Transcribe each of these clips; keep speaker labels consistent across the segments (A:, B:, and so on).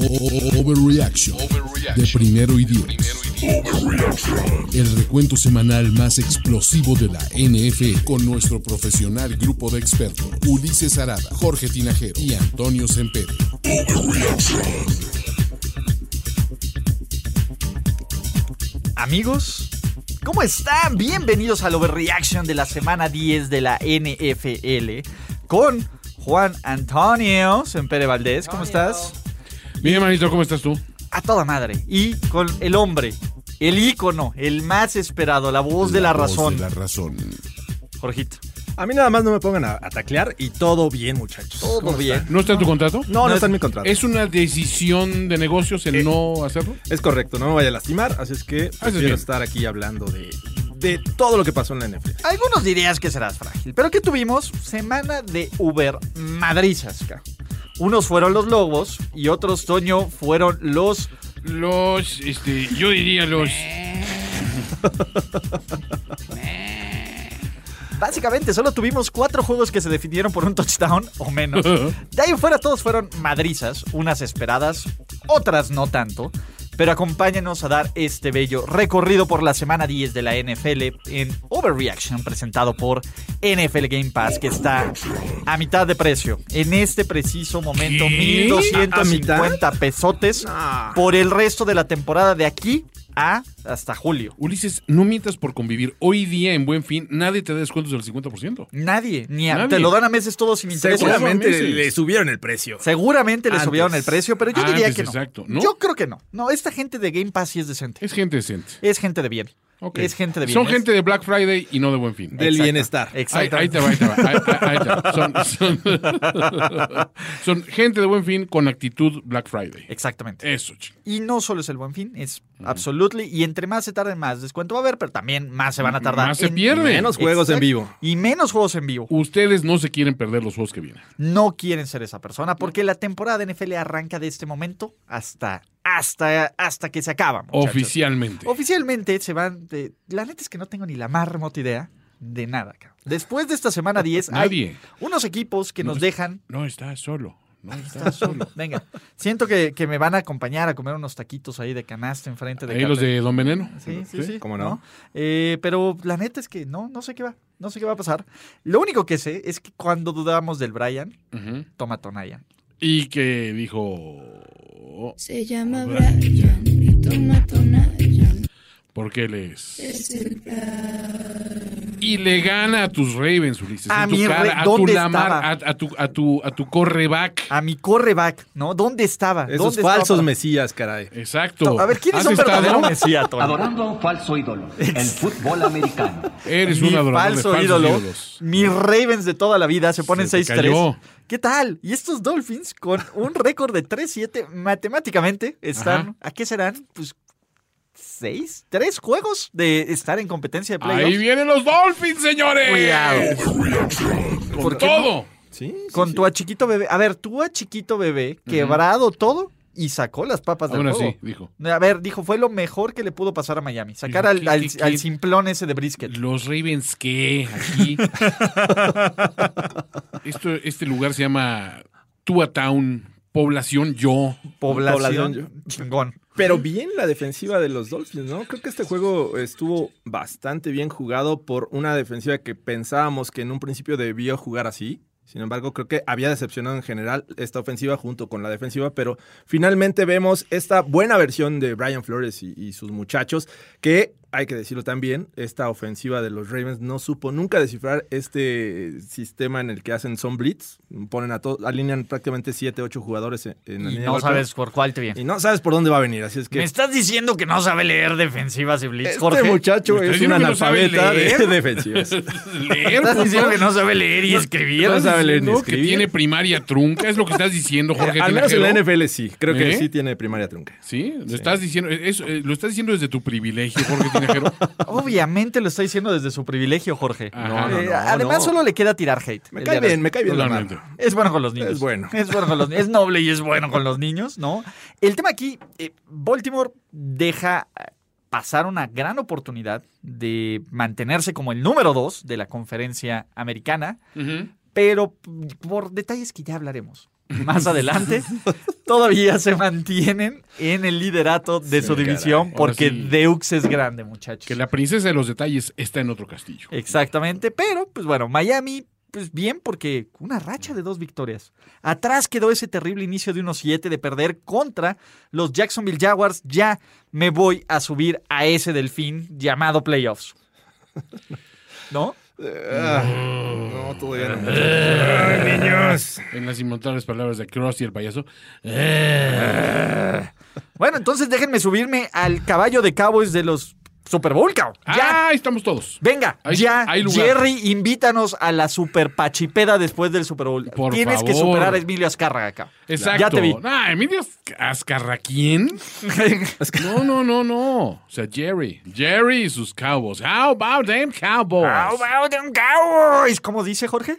A: O- o- Overreaction de primero y diez. El recuento semanal más explosivo de la NF con nuestro profesional grupo de expertos Ulises Arada, Jorge Tinajero y Antonio Sempere.
B: Amigos, ¿cómo están? Bienvenidos al Overreaction de la semana 10 de la NFL con Juan Antonio Sempere Valdés. ¿Cómo estás?
C: Bien, manito, ¿cómo estás tú?
B: A toda madre. Y con el hombre, el ícono, el más esperado, la voz de la
A: voz
B: razón.
A: de la razón.
B: Jorgito,
D: A mí nada más no me pongan a, a taclear y todo bien, muchachos.
B: todo
D: ¿Cómo
B: bien.
D: están?
C: ¿No está en tu contrato?
D: No, no,
B: No
D: está
B: es-
D: en mi contrato. Es,
C: ¿Es una decisión de negocios el
D: Eh.
C: no hacerlo?
D: correcto, no me vaya a lastimar, así es que
C: bien.
D: prefiero estar aquí hablando de, de todo lo que pasó en la NFL.
B: Algunos dirías que serás frágil, pero ¿qué tuvimos? Semana de Uber madrizas, cabrón. Unos fueron los lobos y otros, Toño, fueron los
C: Los, este, yo diría los...
B: Básicamente solo tuvimos cuatro juegos que se definieron por un touchdown o menos. De ahí en fuera todos fueron madrizas, unas esperadas, otras no tanto. Pero acompáñanos a dar este bello recorrido por la semana 10 de la NFL en Overreaction presentado por NFL Game Pass que está a mitad de precio. En este preciso momento,
C: ¿Qué?
B: 1250 pesotes
D: No.
B: por el resto de la temporada de aquí a hasta julio.
C: Ulises, no mientas por convivir. Hoy día, en Buen Fin, nadie te da descuentos del 50%.
B: Nadie, ni a-
C: Nadie.
B: te lo dan a meses todos sin interés.
D: Seguramente
C: meses.
D: le subieron el precio.
B: Seguramente le
D: Antes.
B: subieron el precio, pero yo diría
C: Antes,
B: que no.
C: exacto, ¿no?
B: Yo creo que no. No, esta gente de Game Pass sí es decente.
C: Es gente decente.
B: Es gente de bien.
C: Ok.
B: Es gente de bien. ¿eh?
C: Son
B: Es-
C: gente de Black Friday y no de Buen Fin.
D: Del
B: Exacto.
D: bienestar.
C: Ahí,
B: Exacto.
C: ahí te va, ahí te va. Ahí, ahí- ahí te va. Son, son- son gente de Buen Fin con actitud Black Friday.
B: Exactamente.
C: Eso, chico.
B: Y no solo es el buen fin, es absolutely. Y entre más se tarden, más descuento va a haber, pero también más se van a tardar.
C: Más se
B: en-
C: pierde.
D: Menos juegos en
B: Exacto.
D: vivo.
B: Y menos juegos en vivo.
C: Ustedes no se quieren perder los juegos que vienen.
B: No quieren ser esa persona porque la temporada de NFL arranca de este momento hasta, hasta, hasta que se acaba. muchachos.
C: Oficialmente.
B: Oficialmente se van. de- la neta es que no tengo ni la más remota idea de nada. cabrón. Después de esta semana 10, hay
C: Nadie.
B: unos equipos que nos dejan.
C: No estás solo. No
B: Ah, Está
C: estás solo.
B: solo. Venga, siento que, que me van a acompañar a comer unos taquitos ahí de canasta enfrente de
C: Ahí los
B: Carter.
C: de Don Veneno.
B: Sí, sí, sí.
D: ¿Cómo no?
B: Eh, pero la neta es que no, no sé qué va. No sé qué va a pasar. Lo único que sé es que cuando dudábamos del Brian,
C: Ujú.
B: toma Tonayan.
C: Y que dijo.
E: Se llama Brian y toma Tonayan.
C: Porque él es.
E: Es el
C: Y le gana a tus Ravens, Ulises.
B: A
C: en tu
B: mi
C: cara,
B: Ra-
C: a
B: ¿dónde
C: tu Lamar,
B: estaba?
C: a, a tu, a, tu, a tu correback.
B: A mi correback, ¿no? ¿Dónde estaba?
D: Esos
B: ¿Dónde
D: falsos
B: estaba?
D: mesías, caray.
C: Exacto.
B: A ver, ¿quién es
C: ¿Has
B: un
C: estado?
B: verdadero mesías, Toño?
F: Adorando a un falso ídolo,
G: Eh,
F: el fútbol americano.
C: Eres
B: mi
C: un adorador
B: falso
C: de falsos
B: ídolo,
C: ídolos.
B: mis Ravens de toda la vida se ponen
C: Se te
B: 6-3.
C: cayó.
B: ¿Qué tal? Y estos Dolphins con un récord de 3-7 matemáticamente están,
C: Ajá.
B: ¿a qué serán? Pues seis, tres juegos de estar en competencia de
C: Ahí
B: playoffs.
C: vienen los Dolphins, señores.
B: Cuidado.
C: Con
B: ¿Por qué
C: todo.
D: Sí, sí,
B: Con
D: sí.
B: tu a chiquito bebé, a ver, tu a chiquito bebé quebrado todo y sacó las papas del
C: Ahora
B: juego.
C: sí, dijo.
B: A ver, dijo, fue lo mejor que le pudo pasar a Miami. Sacar
C: Dijo,
B: al,
C: ¿qué,
B: al-
C: qué, qué?
B: al simplón ese de brisket.
C: Los Ravens, ¿qué? Aquí. Esto, este lugar se llama Tua Town, población yo.
B: Población,
D: Población.
B: chingón.
D: Pero bien la defensiva de los Dolphins, ¿no? Creo que este juego estuvo bastante bien jugado por una defensiva que pensábamos que en un principio debió jugar así. Sin embargo, creo que había decepcionado en general esta ofensiva junto con la defensiva, pero finalmente vemos esta buena versión de Brian Flores y, y sus muchachos que hay que decirlo también, esta ofensiva de los Ravens no supo nunca descifrar este sistema en el que hacen son blitz. Ponen a todos, alinean prácticamente 7, 8 jugadores en, en la
B: Y
D: línea de
B: no
D: golpeo.
B: sabes por cuál te viene.
D: Y no sabes por dónde va a venir, así es que...
B: ¿Me estás diciendo que no sabe leer defensivas y blitz,
D: Este
B: Jorge?
D: muchacho
C: Usted
D: es un
C: dijo que no sabe
D: analfabeta de
C: leer.
D: defensivas.
C: Leer,
B: ¿Estás
C: por
B: diciendo
C: favor.
B: que no pues, sabe leer y escribir?
D: no sabe leer ni
C: No, que
D: escribir. Eh,
C: tiene primaria trunca, es lo que estás diciendo, Jorge.
D: Al menos en la
C: Tinajero.
D: NFL sí, creo que
C: ¿Eh?
D: sí tiene primaria trunca.
C: Sí, lo estás diciendo, es- eh, lo estás diciendo desde tu privilegio, Jorge Tinajero.
D: Oh.
B: Obviamente lo está diciendo desde su privilegio, Jorge.
C: Ajá.
D: No, no,
B: Eh,
D: no,
B: además,
D: no.
B: solo le queda tirar hate.
D: Me
B: El
D: cae
B: día de
D: bien,
B: hoy.
D: me cae bien. la
C: Totalmente.
D: mano.
B: Es bueno con los niños.
D: Es bueno.
B: Es bueno con los Es noble y es bueno con los niños, ¿no? El tema aquí, eh, Baltimore deja eh, pasar una gran oportunidad de mantenerse como el número dos de la conferencia americana,
C: Ujú.
B: pero p- por detalles que ya hablaremos más adelante, todavía se mantienen en el liderato de su división
C: ahora
B: porque
C: sí.
B: Deux es grande, muchachos.
C: Que la princesa de los detalles está en otro castillo.
B: Exactamente, pero pues bueno, Miami, pues bien, porque una racha de dos victorias. Atrás quedó ese terrible inicio de 1-7 de perder contra los Jacksonville Jaguars. Ya me voy a subir a ese delfín llamado playoffs. ¿No?
D: No, todavía no. Ay, niños.
C: En las inmortales palabras de Krusty el payaso.
B: Bueno, entonces déjenme subirme al caballo de Cowboys de los Super Bowl, cabrón. Ya.
C: ¡Ah! ahí Estamos todos.
B: Venga,
C: Hay-
B: ya,
C: hay lugar.
B: Jerry, invítanos a la super pachipeda después del Super Bowl.
C: Por
B: Tienes que
C: favor.
B: superar a Emilio Azcárraga, cabrón.
C: Exacto.
B: Ya te vi.
C: Ah, Emilio Azcarraquín. No, no, no, no. O sea, Jerry. Jerry y sus cowboys. How about them cowboys?
B: How about them Cowboys? ¿Cómo dice Jorge?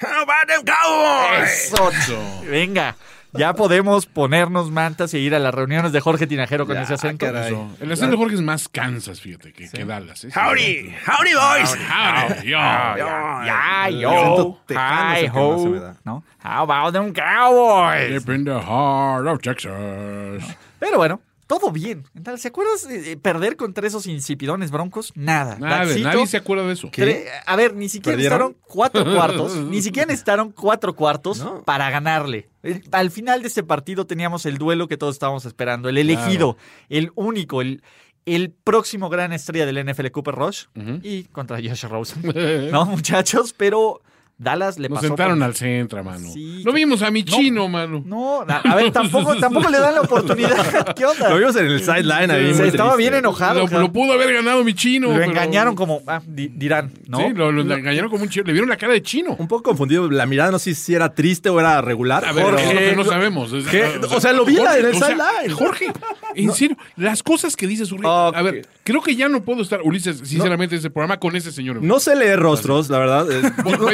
D: How about them Cowboys?
B: Eso. Venga, ya podemos ponernos mantas y ir a las reuniones de Jorge Tinajero con
D: Ya,
B: ese acento.
D: Ah, caray.
C: Eso. El acento de Jorge es más Kansas, fíjate, que, que Dallas. ¿eh?
D: Howdy, howdy boys.
C: Howdy, yo.
B: Ya,
D: El
B: yo.
D: acento tejano es
B: Hi,
D: el que más se me
B: ho.
D: da.
B: ¿No? How about them Cowboys?
C: Deep in the heart of Texas.
B: Pero bueno. Todo bien. Entonces, ¿Se acuerdas eh, eh, perder contra esos insipidones broncos? Nada.
C: Nada,
B: Daxito,
C: nadie se acuerda de eso.
B: tre- A ver, ni siquiera
D: ¿Perdieron?
B: necesitaron cuatro cuartos. ni siquiera necesitaron cuatro cuartos
D: No.
B: para ganarle. El- al final de este partido teníamos el duelo que todos estábamos esperando. El elegido, el único, el, el próximo gran estrella del NFL Cooper Rush. Y contra Josh Rosen. no, muchachos, pero Dallas le
C: Nos
B: pasó.
C: sentaron
B: por-
C: al centro, mano.
B: Sí.
C: no vimos a mi chino, mano.
B: No, na- a ver, tampoco, tampoco le dan la oportunidad. ¿Qué onda?
D: Lo vimos en el sideline ahí.
B: Se
D: muy
B: estaba
D: triste.
B: bien enojado.
C: Lo,
B: ja.
C: lo pudo haber ganado mi chino.
B: Lo
C: pero-
B: engañaron como ah, di- dirán, ¿no?
C: Sí, lo, lo engañaron como un chino. Le vieron la cara de chino.
D: Un poco confundido. La mirada no sé si era triste o era regular.
C: A ver,
D: Jorge,
C: es lo que no sabemos. Es-
D: ¿Qué? O sea, lo vi en la- en el
C: o sea,
D: sideline.
C: Jorge, en serio, las cosas que dices, Uri-
D: Ok.
C: A ver, creo que ya no puedo estar, Ulises, sinceramente, en este programa con ese señor.
D: No sé leer rostros, la verdad. es-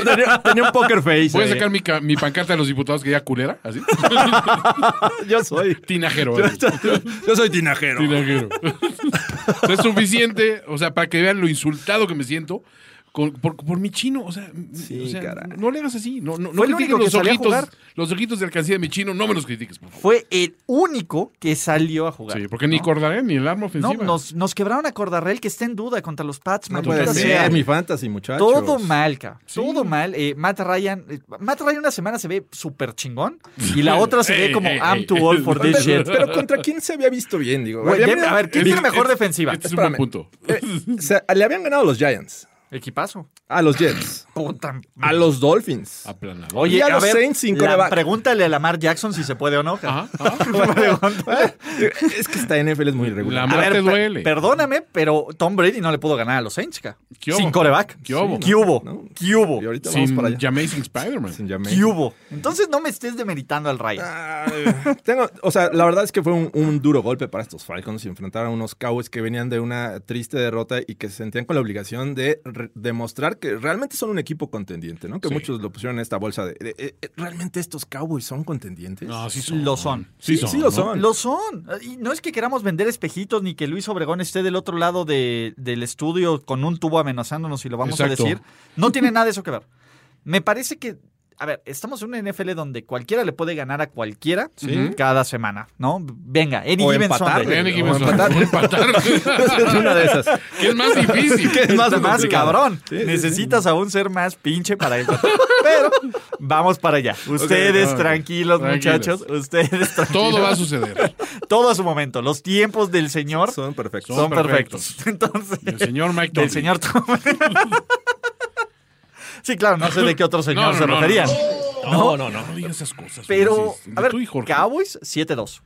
D: tenía, tenía un poker face.
C: Voy a
D: ahí.
C: sacar mi, ca- mi pancarta de los diputados que ya culera, así.
D: Yo soy.
C: Tinajero.
D: Yo,
C: así.
D: yo soy tinajero.
C: Tinajero. O sea, es suficiente, o sea, para que vean lo insultado que me siento. con- por, por mi chino, o sea,
D: Sí,
C: o sea,
D: caray.
C: no le hagas así, no, no, no
B: Fue el
C: critiques
B: único que
C: los
B: salía a
C: ojitos,
B: jugar.
C: los ojitos de alcancía de mi chino, no me los critiques, por favor.
B: Fue el único que salió a jugar.
C: Sí, porque ni Cordaré ni el arma
B: No,
C: ofensiva.
B: nos, nos quebraron a Cordarrel que está en duda contra los Pats.
D: No
B: maldita
D: puede
B: sea.
D: ser, mi fantasy, muchachos.
B: Todo mal, cabrón.
C: Sí.
B: Todo mal. Eh, Matt Ryan. eh, Matt Ryan una semana se ve súper chingón. Y la otra se ve
C: Ey,
B: como
C: ey,
B: I'm
C: ey.
B: too old for this
D: Pero,
B: shit.
D: pero ¿contra quién se había visto bien? Digo,
B: Güey,
D: había-
B: de- a ver, ¿quién tiene mejor
C: este-
B: defensiva?
C: Este es un buen
D: Espérame.
C: punto.
D: eh, o sea, le habían ganado a los Giants,
B: Equipazo.
D: a los Jets,
B: Puta.
D: a los Dolphins.
C: Aplanador.
B: Oye,
D: Y a
B: a
D: los
B: ver,
D: Saints sin
B: la-
D: coreback.
B: pregúntale a Lamar Jackson si se puede o no. cabrón.
C: Ajá, ajá.
D: Es que esta NFL es muy irregular.
C: La
B: A
C: muerte
B: ver, per-
C: duele.
B: Perdóname, pero Tom Brady no le pudo ganar a los Saints, cabrón.
C: ¿Qué hubo?
B: Sin coreback.
C: ¿Qué hubo?
B: ¿Qué hubo?
D: ¿no?
B: ¿Qué hubo?
D: Y ahorita vamos
C: Sin
D: para allá.
C: Amazing Spider-Man.
D: Sin Jamaica.
B: ¿Qué hubo? Entonces no me estés demeritando al Ryan.
D: Ay, Tengo, o sea, la verdad es que fue un, un duro golpe para estos Falcons y enfrentar a unos Cowboys que venían de una triste derrota y que se sentían con la obligación de re- demostrar que realmente son un equipo contendiente, ¿no? Que
C: Sí.
D: muchos lo pusieron en esta bolsa de, de, eh, eh, ¿realmente estos Cowboys son contendientes?
C: No, sí son.
B: Lo son.
C: Sí, son.
D: sí
C: ¿no?
D: lo son.
B: Lo son. Y no es que queramos vender espejitos ni que Luis Obregón esté del otro lado de- del estudio con un tubo amenazándonos y lo vamos a
C: Exacto.
B: decir. No tiene nada de eso que ver. Me parece que a ver, estamos en una NFL donde cualquiera le puede ganar a cualquiera cada semana, ¿no? Venga, any
D: O
B: given
D: empatarle.
B: Sunday.
C: Vean, aquí
D: o
C: me
D: empatar.
C: o empatar.
D: Es una de esas.
C: ¿Qué es más difícil?
D: ¿Qué es más
B: Está más
D: complicado?
B: cabrón.
D: Sí, sí,
B: Necesitas aún ser más pinche para eso. Pero vamos para allá. Ustedes
C: ok.
B: tranquilos,
C: Tranquilos.
B: muchachos. Ustedes tranquilos.
C: Todo va a suceder.
B: Todo a su momento. Los tiempos del Señor son,
D: Son perfectos.
C: Son
B: perfectos.
C: perfectos.
B: Entonces,
C: El señor Mike Tomlin.
B: del Señor Tom. sí, claro, no sé de qué otro señor
C: No, no,
B: se
C: no, no.
B: referían.
C: No, no, no. No digas esas cosas.
B: Pero,
C: Ulises.
B: a ver,
C: Tú y Jorge.
B: Cowboys 7-2.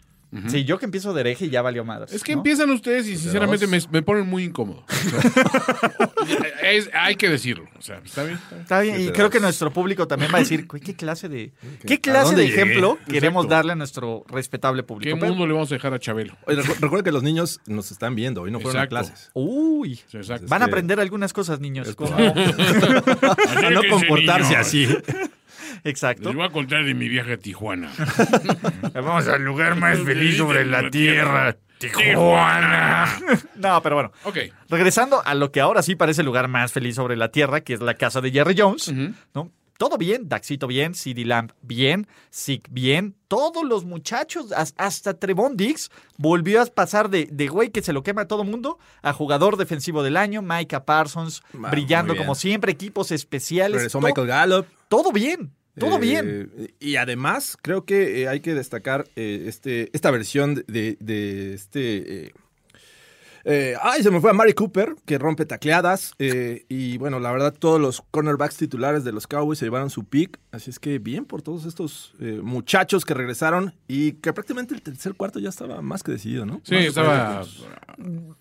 B: Sí, yo que empiezo de hereje ya valió madre.
C: Es que empiezan ustedes y sinceramente me, me ponen muy incómodo. O sea, es- hay que decirlo. O sea, ¿está bien? Está bien.
B: Está bien, y creo que nuestro público también va a decir, "Güey, ¿qué clase de, qué clase
D: dónde
B: de
D: llegué?
B: ejemplo queremos
C: Exacto.
B: darle a nuestro respetable público?
C: ¿Qué
B: Pero-
C: mundo le vamos a dejar a Chabelo?
D: Oye, recu- recuerda que los niños nos están viendo. Hoy no fueron
C: Exacto.
D: a clases.
B: Uy,
C: Sí, Este, Exacto.
B: van a
D: que-
B: aprender algunas cosas, niños. como-
C: a
D: no comportarse así.
B: Exacto.
C: Les voy a contar de mi viaje a Tijuana.
B: Vamos al lugar más
C: feliz sobre la tierra. Tijuana.
B: No, pero bueno.
C: Ok.
B: Regresando a lo que ahora sí parece el lugar más feliz sobre la tierra, que es la casa de Jerry Jones, ¿no? Todo bien, Daxito bien, CD Lamp bien, Zeke bien, todos los muchachos, as- hasta Trevon Diggs volvió a pasar de, de güey que se lo quema a todo mundo a jugador defensivo del año, Micah Parsons,
D: Ah,
B: brillando
D: muy bien.
B: como siempre, equipos especiales.
D: Regresó
B: to-
D: Michael Gallup.
B: Todo bien, todo
D: Eh,
B: bien.
D: Y además, creo que eh, hay que destacar eh, este, esta versión de, de- de este. eh, eh, ay, se me fue a Mari Cooper, que rompe tacleadas. eh, y bueno, la verdad, todos los cornerbacks titulares de los Cowboys se llevaron su pick. Así es que bien por todos estos eh, muchachos que regresaron y que prácticamente el tercer cuarto ya estaba más que decidido, ¿no?
C: Sí,
D: Más
C: estaba.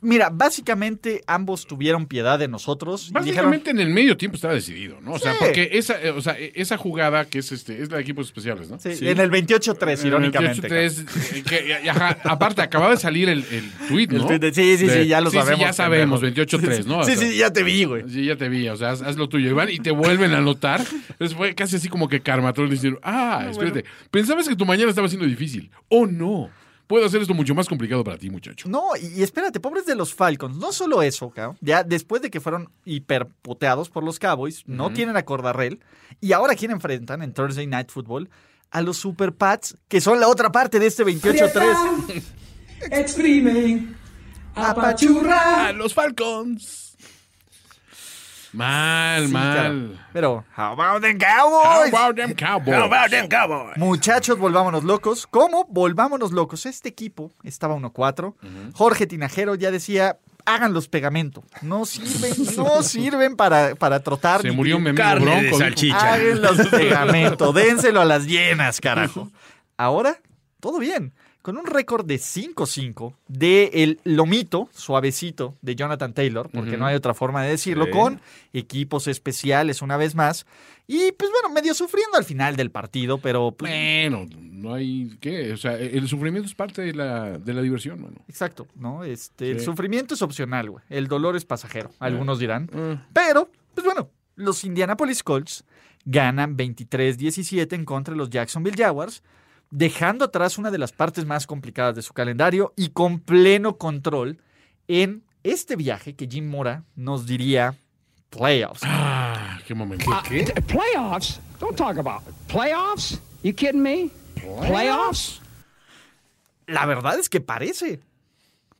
B: Mira, básicamente ambos tuvieron piedad de nosotros. y dijeron,
C: Básicamente en el medio tiempo estaba decidido, ¿no? O sea,
B: Sí.
C: porque esa, eh, o sea, e- esa jugada que es este, es la de equipos especiales, ¿no?
B: Sí, En el 28-3, irónicamente.
C: 28-3, eh, que- y- y ajá, aparte, acababa de salir el, el tweet,
B: El
C: ¿no?
B: tuit de- sí, sí, sí, ya lo sabemos,
C: ya sabemos,
B: pendejo.
C: 28-3, ¿no? O
B: Sí,
C: sea, eh,
B: sí, ya te vi, güey.
C: sí, ya te vi, o sea, haz, haz lo tuyo, Iván, y te vuelven a anotar. Entonces fue casi así como que Carmatrol diciendo, ah, espérate, pensabas que tu mañana estaba siendo difícil. Oh, no. Puedo hacer esto mucho más complicado para ti, muchacho.
B: No, y y espérate, pobres de los Falcons. No solo eso, cabrón. Ya después de que fueron hiperputeados por los Cowboys, no tienen a Cordarrel. Y ahora, ¿quién enfrentan en Thursday Night Football? A los Super Pats, que son la otra parte de este 28-3.
G: Exprime.
C: A
G: Apachurra.
C: los Falcons. Mal,
B: Sí, cabrón.
C: mal.
B: Pero, how about them
C: How
B: Cowboys?
C: about them Cowboys?
B: Muchachos, volvámonos locos. ¿Cómo? Volvámonos locos. Este equipo estaba 1-4. Jorge Tinajero ya decía, háganlos pegamento. No sirven, no sirven para, para trotar.
C: Se
B: ni-
C: murió
B: ni-
C: Memino Bronco. dijo.
B: Háganlos pegamento. Dénselo a las llenas, carajo. Ahora, todo bien. Con un récord de 5-5 de el lomito suavecito de Jonathan Taylor, porque no hay otra forma de decirlo, con equipos especiales una vez más. Y pues bueno, medio sufriendo al final del partido, pero pues,
C: Bueno, no hay qué. O sea, el sufrimiento es parte de la, de la diversión, mano.
B: Exacto, ¿no? Este, El
C: Sí.
B: sufrimiento es opcional, güey. El dolor es pasajero, algunos dirán.
C: Mm.
B: Pero, pues bueno, los Indianapolis Colts ganan 23-17 en contra de los Jacksonville Jaguars, dejando atrás una de las partes más complicadas de su calendario y con pleno control en este viaje que Jim Mora nos diría playoffs.
C: Ah, qué momento.
G: eh, Playoffs? Don't talk about it. Playoffs? You kidding me? Playoffs?
B: La verdad es que parece.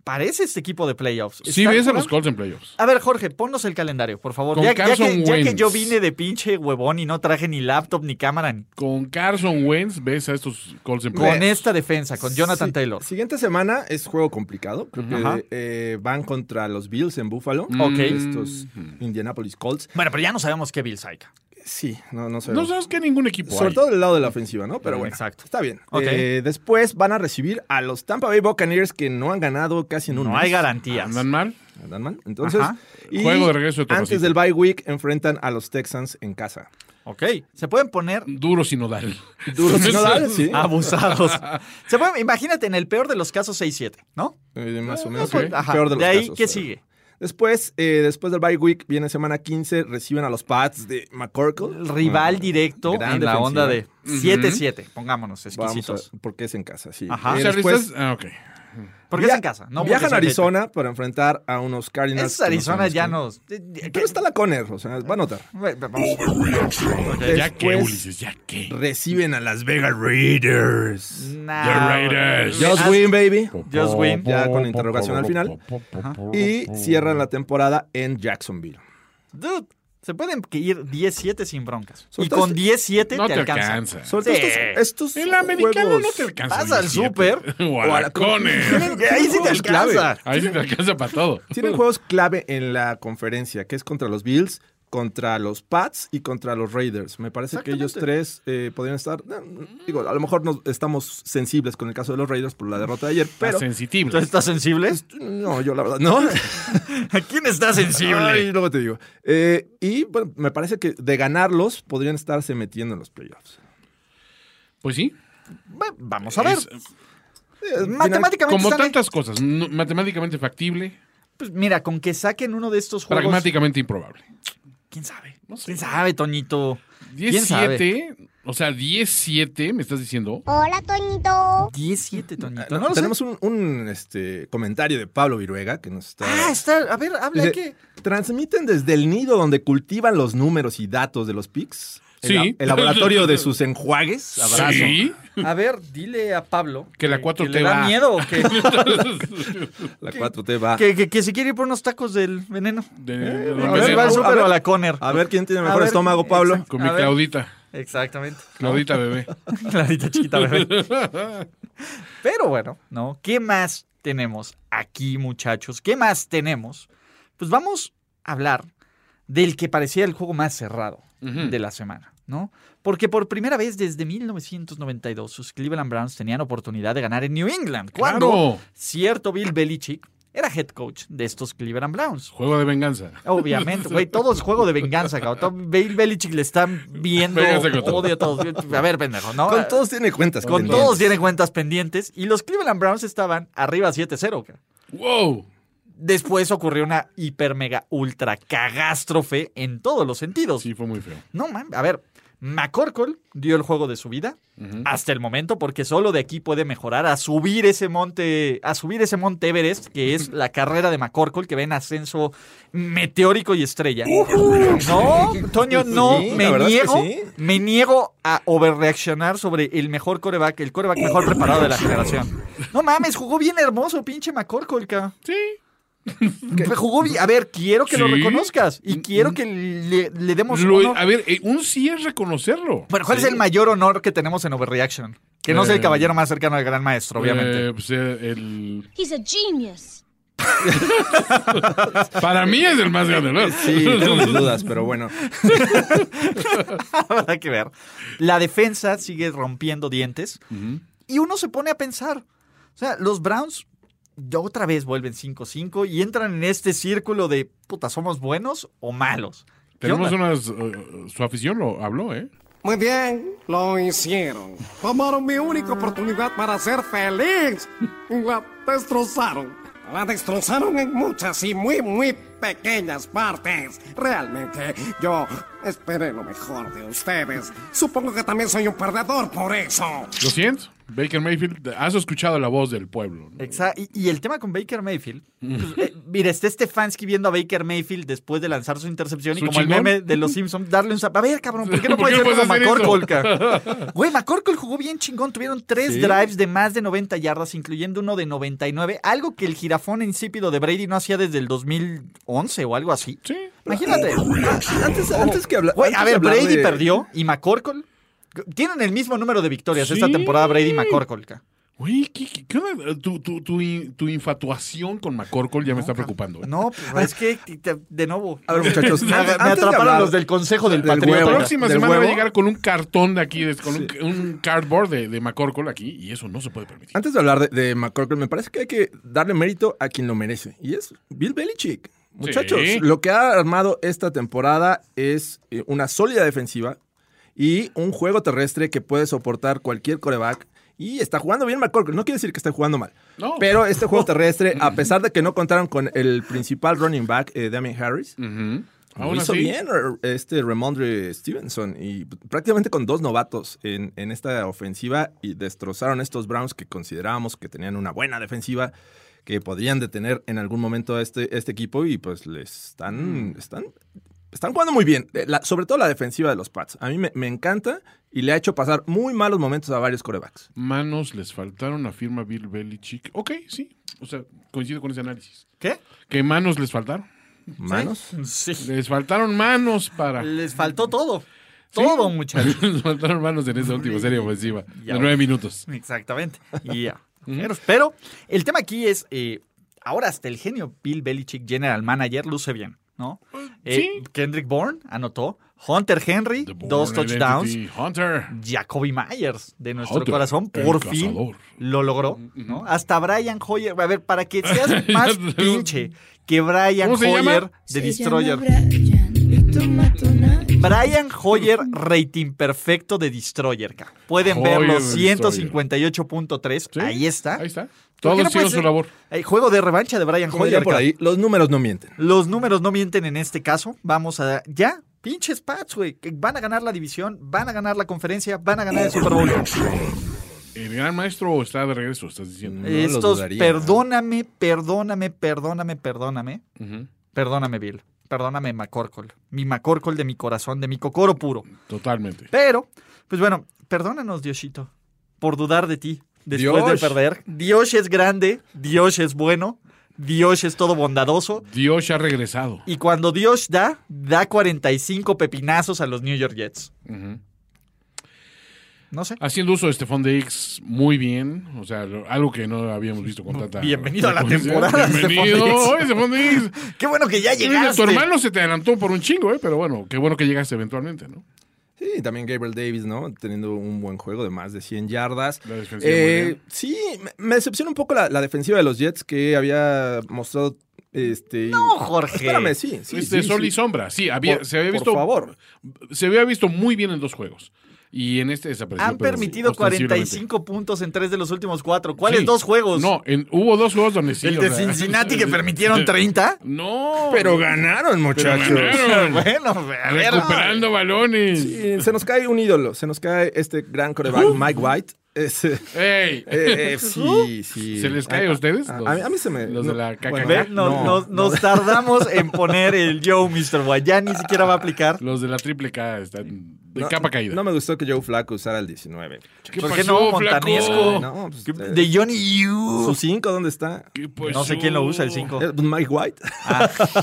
B: Parece este equipo de playoffs.
C: Sí,
B: Está
C: ves a
B: jugando-
C: los Colts en playoffs.
B: A ver, Jorge, ponnos el calendario, por favor.
C: Con
B: Ya, ya
C: Carson
B: que, ya que
C: Wentz.
B: yo vine de pinche huevón y no traje ni laptop ni cámara, ni-
C: Con Carson Wentz ves a estos Colts en
B: con
C: playoffs.
B: esta defensa, con Jonathan
D: Sí,
B: Taylor.
D: Siguiente semana es juego complicado. Creo
B: Ajá. Mm.
D: que eh, van contra los Bills en Buffalo.
B: Ok.
D: Estos
C: Mm.
D: Indianapolis Colts.
B: Bueno, pero ya no sabemos qué Bill Saika.
D: Sí, no, no sé.
C: No sabes que ningún equipo
D: Sobre
C: hay.
D: todo del lado de la ofensiva, ¿no? Pero bueno,
B: Exacto.
D: está bien.
B: Ok.
D: Eh, después van a recibir a los Tampa Bay Buccaneers que no han ganado casi en un
B: No
D: mes.
B: hay garantías.
C: ¿Andan mal?
D: ¿Andan mal? Entonces,
B: Ajá.
D: y
C: Juego de regreso de Tomasito.
D: antes del bye week enfrentan a los Texans en casa.
B: Ok, se pueden poner
C: Duro sinodal.
D: Duro sinodal, sí.
B: Ah. abusados. se pueden, imagínate, en el peor de los casos 6-7, ¿no?
D: Eh, más o menos.
B: pues,
D: sí.
B: ajá.
D: Peor de los
B: ahí,
D: casos,
B: ¿qué
D: pero-
B: sigue?
D: Después, eh, después del bye week, viene semana 15, reciben a los Pats de
B: El
D: McCorkle. Ah,
B: rival directo en
D: Mm. Gran
B: la
D: defensiva.
B: onda de 7-7, pongámonos
D: Vamos a,
B: exquisitos.
D: porque es en casa, sí.
B: Ajá.
C: O
D: Eh,
C: sea,
D: después,
C: estás- Ah, ok.
B: Porque es
D: Via-
B: en casa. No porque
D: viajan
B: sea
D: a
B: en
D: Arizona para enfrentar a unos
B: Denver.
D: Cardinals.
B: Es
D: que no
B: Arizona
D: sabemos
B: ya
D: quién-
B: nos...
D: Pero está la Conner, o sea, va a notar.
C: ¿Ya qué,
D: Después-
C: Ulises? ¿Ya qué?
D: Reciben a las Vegas Raiders.
C: The
B: Nah,
C: Raiders.
B: ah,
D: Just win, baby.
B: Just win.
D: Ya con interrogación al final. Y cierran la temporada en Jacksonville.
B: Dude, se pueden que ir 17 sin broncas.
D: Sobre
B: y
D: todo
B: con
D: este-
B: 17
C: No
B: te, alcanza.
D: Sobre
B: Sí.
D: todo estos, estos
C: En la americana
D: juegos-
C: no te alcanza.
B: Vas al
C: 17.
B: súper
C: O a la Conner.
B: Ahí sí te
D: Es clave.
B: alcanza.
C: Ahí sí te alcanza para todo.
D: Tienen juegos clave en la conferencia, que es contra los Bills, contra los Pats y contra los Raiders. Me parece que ellos tres eh, podrían estar. no, no, digo, a lo mejor nos, estamos sensibles con el caso de los Raiders por la derrota de ayer,
C: Pero,
D: pero.
C: sensible.
B: ¿Tú estás sensible?
D: No, yo la verdad, no.
B: ¿A quién está sensible?
D: Ay, luego te digo. Eh, y bueno, me parece que de ganarlos podrían estarse metiendo en los playoffs.
C: Pues sí.
B: Bueno, Vamos a ver.
C: Es,
D: Eh,
B: Matemáticamente
C: como
B: están en-
C: tantas cosas. no- matemáticamente factible,
B: Pues mira, con que saquen uno de estos juegos.
C: pragmáticamente improbable.
B: ¿Quién sabe?
C: No sé.
B: ¿Quién sabe, Toñito? ¿Quién sabe?
C: 17, o sea, 17, me estás diciendo.
H: Hola, Toñito.
B: 17, Toñito.
D: final-
B: Ah, Pues No lo sé.
D: tenemos un, un, este, comentario de Pablo Viruega que nos está.
B: Ah, está. A ver, habla
D: Dice,
B: que.
D: Transmiten desde el nido donde cultivan los números y datos de los pics. El,
C: Sí.
D: la- el laboratorio de sus enjuagues. Abrazo.
C: Sí.
B: A ver, dile a Pablo.
C: Que la 4T
B: le da
C: va.
B: miedo o que,
D: La 4T va.
B: que, que- que se quiere ir por unos tacos del veneno.
C: De- de-
B: A
C: de-
B: ver,
C: de-
B: va al
D: a
B: súper
D: ver. Ah.
B: o a la Conner.
D: A ver quién tiene mejor
B: ver,
D: estómago, Pablo.
B: exacto.
C: con mi
B: A ver. Ah.
C: Claudita.
B: Exactamente.
C: Claudita bebé.
B: Clarita chiquita, bebé. Pero bueno, ¿no? ¿Qué más tenemos aquí, muchachos? ¿Qué más tenemos? Pues vamos a hablar del que parecía el juego más cerrado
C: Ujú.
B: de la semana, ¿no? Porque por primera vez desde 1992 sus Cleveland Browns tenían oportunidad de ganar en New England. Cuando
C: Claro.
B: cierto Bill Belichick era head coach de estos Cleveland Browns.
C: Juego de venganza.
B: Obviamente, güey, todo es juego de venganza, cabrón. Bill Belichick le están viendo
C: Véngase con todo.
B: odio a todos. A ver, pendejo, ¿no?
D: Con todos tiene cuentas.
B: Con
D: pendientes.
B: todos tiene cuentas pendientes y los Cleveland Browns estaban arriba 7-0. ca.
C: Wow.
B: Después ocurrió una hiper mega ultra cagástrofe en todos los sentidos.
C: Sí, fue muy feo.
B: No mames, a ver, McCorkle dio el juego de su vida hasta el momento porque solo de aquí puede mejorar a subir ese monte, a subir ese monte Everest que es la carrera de McCorkle que ve en ascenso meteórico y estrella. No, Toño, no,
D: Sí, la
B: me
D: verdad es que
B: niego,
D: sí.
B: me niego a overreaccionar sobre el mejor coreback, el coreback mejor preparado de la generación. No mames, jugó bien hermoso, pinche McCorkle. ca.
C: Sí.
B: Jugó bien, a ver, quiero que lo
C: Sí.
B: reconozcas y quiero que le, le demos
C: Lo-
B: honor.
C: a ver, eh, un sí es reconocerlo.
B: Bueno, ¿cuál es el mayor honor que tenemos en Overreaction? Que no es el
C: Eh,
B: caballero más cercano al gran maestro, obviamente.
C: Eh, pues, eh, el-
H: He's a genius.
C: Para mí es el más grande, ¿no?
D: Sí, tengo mis dudas, pero bueno.
B: Habrá que ver. La defensa sigue rompiendo dientes y uno se pone a pensar. O sea, los Browns ya otra vez vuelven 5-5 y entran en este círculo de, puta, ¿somos buenos o malos? ¿Qué
C: Tenemos
B: onda?
C: unas. eh, su afición lo habló, ¿eh?
G: Muy bien, lo hicieron. Tomaron mi única oportunidad para ser feliz. La destrozaron. La destrozaron en muchas y muy, muy pequeñas partes. Realmente, yo esperé lo mejor de ustedes. Supongo que también soy un perdedor por eso.
C: Lo siento. Baker Mayfield, has escuchado la voz del pueblo.
D: Eh.
C: ¿no?
B: Exa- y, y el tema con Baker Mayfield.
C: Mm.
B: pues, eh, mira, está Stefanski viendo a Baker Mayfield después de lanzar su intercepción y
C: ¿Su
B: como el
C: chingón?
B: meme de los Simpsons, darle un zap. A ver, cabrón, ¿por qué no
C: ¿Por
B: puedes
C: qué
B: ser
C: no
B: como
C: puedes hacer
B: McCorkle? ca? Güey, McCorkle jugó bien chingón. Tuvieron tres drives de más de 90 yardas, incluyendo uno de 99. Algo que el jirafón insípido de Brady no hacía desde el 2011 o algo así.
C: Sí.
B: Imagínate.
D: Antes, antes que hablar.
B: Güey,
D: antes de
B: a ver,
D: hablar
B: Brady
D: de-
B: perdió y McCorkle... Tienen el mismo número de victorias
C: Sí.
B: esta temporada Brady y McCorkle. ca.
C: Güey, ¿qué, qué- qué onda? Tu, tu- tu in- tu infatuación con McCorkle ya me está preocupando. ¿eh?
B: No, pues, es que te- te- de nuevo.
D: A ver, muchachos.
B: Me,
D: antes-
B: me
D: antes de
B: atraparon
D: hablar-
B: los del Consejo del,
D: del
C: La
B: Patriota.
D: huevo.
C: próxima
D: ¿Del
C: semana va a
D: huevo?
C: llegar con un cartón de aquí, de- con un- un, cardboard de, de McCorkle aquí, y eso no se puede permitir.
D: Antes de hablar de, de McCorkle, me parece que hay que darle mérito a quien lo merece. Y es Bill Belichick. Muchachos,
C: Sí.
D: lo que ha armado esta temporada es eh, una sólida defensiva y un juego terrestre que puede soportar cualquier coreback. Y está jugando bien McCorkle. No quiere decir que esté jugando mal.
C: No.
D: Pero este juego terrestre, a pesar de que no contaron con el principal running back, eh, Damien Harris,
C: Ujú. Aún
D: Lo hizo
C: así,
D: bien er, este Ramondre Stevenson y prácticamente con dos novatos en, en esta ofensiva y destrozaron estos Browns que considerábamos que tenían una buena defensiva, que podrían detener en algún momento a este, este equipo y pues les
C: Mm.
D: están, están, están jugando muy bien, Eh, la- sobre todo la defensiva de los Pats. A mí me, me encanta y le ha hecho pasar muy malos momentos a varios corebacks.
C: manos les faltaron, afirma Bill Belichick. Ok, sí. O sea, coincido con ese análisis.
B: ¿Qué?
C: ¿Qué manos les faltaron?
D: Manos.
B: Sí.
C: Les faltaron manos para.
B: Les faltó todo. Todo, muchachos.
C: les faltaron manos en esa última serie ofensiva.
B: Ya.
C: De nueve minutos.
B: Exactamente. Y ya. Pero- Pero el tema aquí es, eh, ahora hasta el genio Bill Belichick, general manager, luce bien, ¿no? Eh,
C: sí.
B: Kendrick Bourne anotó, Hunter Henry,
C: The Bourne
B: dos touchdowns,
C: Identity Hunter.
B: Jacoby Myers de nuestro
C: Hunter,
B: corazón,
C: el
B: por fin
C: cazador.
B: lo logró, ¿no? Hasta Brian Hoyer, a ver, para que seas más pinche que Brian
C: ¿Cómo se llama?
B: Hoyer de
E: Se
B: Destroyer.
E: llama Brian y toma tonal.
B: Brian Hoyer, rating perfecto de Destroyer. ca. Pueden
C: Hoyer
B: verlo,
C: de Destroyer.
B: 158.3.
C: Sí,
B: Ahí está.
C: Ahí está.
B: ¿Por qué
C: Todos
B: no puede
C: hicieron su
B: ser?
C: labor.
B: Eh, juego de revancha de Brian
D: Como diría
B: Hoyer.
D: por
B: ca.
D: ahí, los números no mienten.
B: Los números no mienten en este caso. Vamos a. Ya, pinches Pats, güey. que Van a ganar la división, van a ganar la conferencia, van a ganar el Super Bowl.
C: El gran maestro está de regreso, estás diciendo.
D: Eh, los
B: Estos,
D: dudaría.
B: perdóname, perdóname, perdóname, perdóname.
C: Ujú.
B: Perdóname, Bill. Perdóname, Macorcol. Mi Macorcol de mi corazón, de mi cocoro puro.
C: Totalmente.
B: Pero, pues bueno, perdónanos, Diosito, por dudar de ti después
D: Dios.
B: de perder. Dios es grande, Dios es bueno, Dios es todo bondadoso.
C: Dios ya ha regresado.
B: Y cuando Dios da, da 45 pepinazos a los New York Jets.
C: Ujú.
B: No sé.
C: Haciendo uso de Stefan Dix muy bien. O sea, lo- algo que no habíamos visto con tanta.
B: Bienvenido a la
C: frecuencia.
B: temporada,
C: Bienvenido.
B: Stephon Diggs.
C: Stefan Diggs.
B: Qué bueno que ya llegaste.
C: Tu hermano se te adelantó por un chingo, ¿eh? Pero bueno, qué bueno que llegaste eventualmente, ¿no?
D: Sí, y también Gabriel Davis, ¿no? Teniendo un buen juego de más de 100 yardas. Eh,
C: La defensiva muy bien.
D: sí, me- me decepciona un poco la, la defensiva de los Jets que había mostrado este...
B: No, Jorge.
D: Espérame, sí, sí,
C: este
D: sí,
C: sol
D: sí.
C: y sombra, sí, había,
D: Por-
C: se había
D: por
C: visto.
D: favor.
C: Se había visto muy bien en dos juegos. Y en este desapareció.
B: Han
C: pero
B: permitido
C: ostensiblemente.
B: 45 puntos en tres de los últimos cuatro. ¿Cuáles
C: Sí.
B: dos juegos?
C: No, en- hubo dos juegos donde sí.
B: El
C: o
B: de
C: sea.
B: Cincinnati que permitieron 30.
C: No.
D: Pero ganaron,
C: pero
D: muchachos.
C: ganaron.
B: Bueno, a ver.
C: Recuperando balones.
D: Sí, se nos cae un ídolo, se nos cae este gran coreback,
C: Uh.
D: Mike White. Ese-
C: ¡Ey!
D: eh, eh,
B: Uh.
D: sí, sí.
C: ¿Se les cae a ustedes?
D: A,
C: Los-
D: a mí- a mí se me...
C: los de la caca.
B: Ve,
D: no,
B: no-
D: no,
B: nos, nos tardamos en poner el yo, Mr. White. Ya ni siquiera va a aplicar.
C: Los de la triple K están de
D: no,
C: capa caída.
D: No me gustó que Joe Flacco usara el 19.
C: ¿Qué
B: ¿Por qué
C: pasó,
B: no, Montanesco?
C: flaco?
D: No, pues,
B: ¿Qué-
D: eh,
B: De Johnny
D: ¿Su
B: U.
D: 5 dónde está?
C: ¿Qué pasó?
B: No sé quién lo usa, el 5.
D: Eh, Mike White. Ah.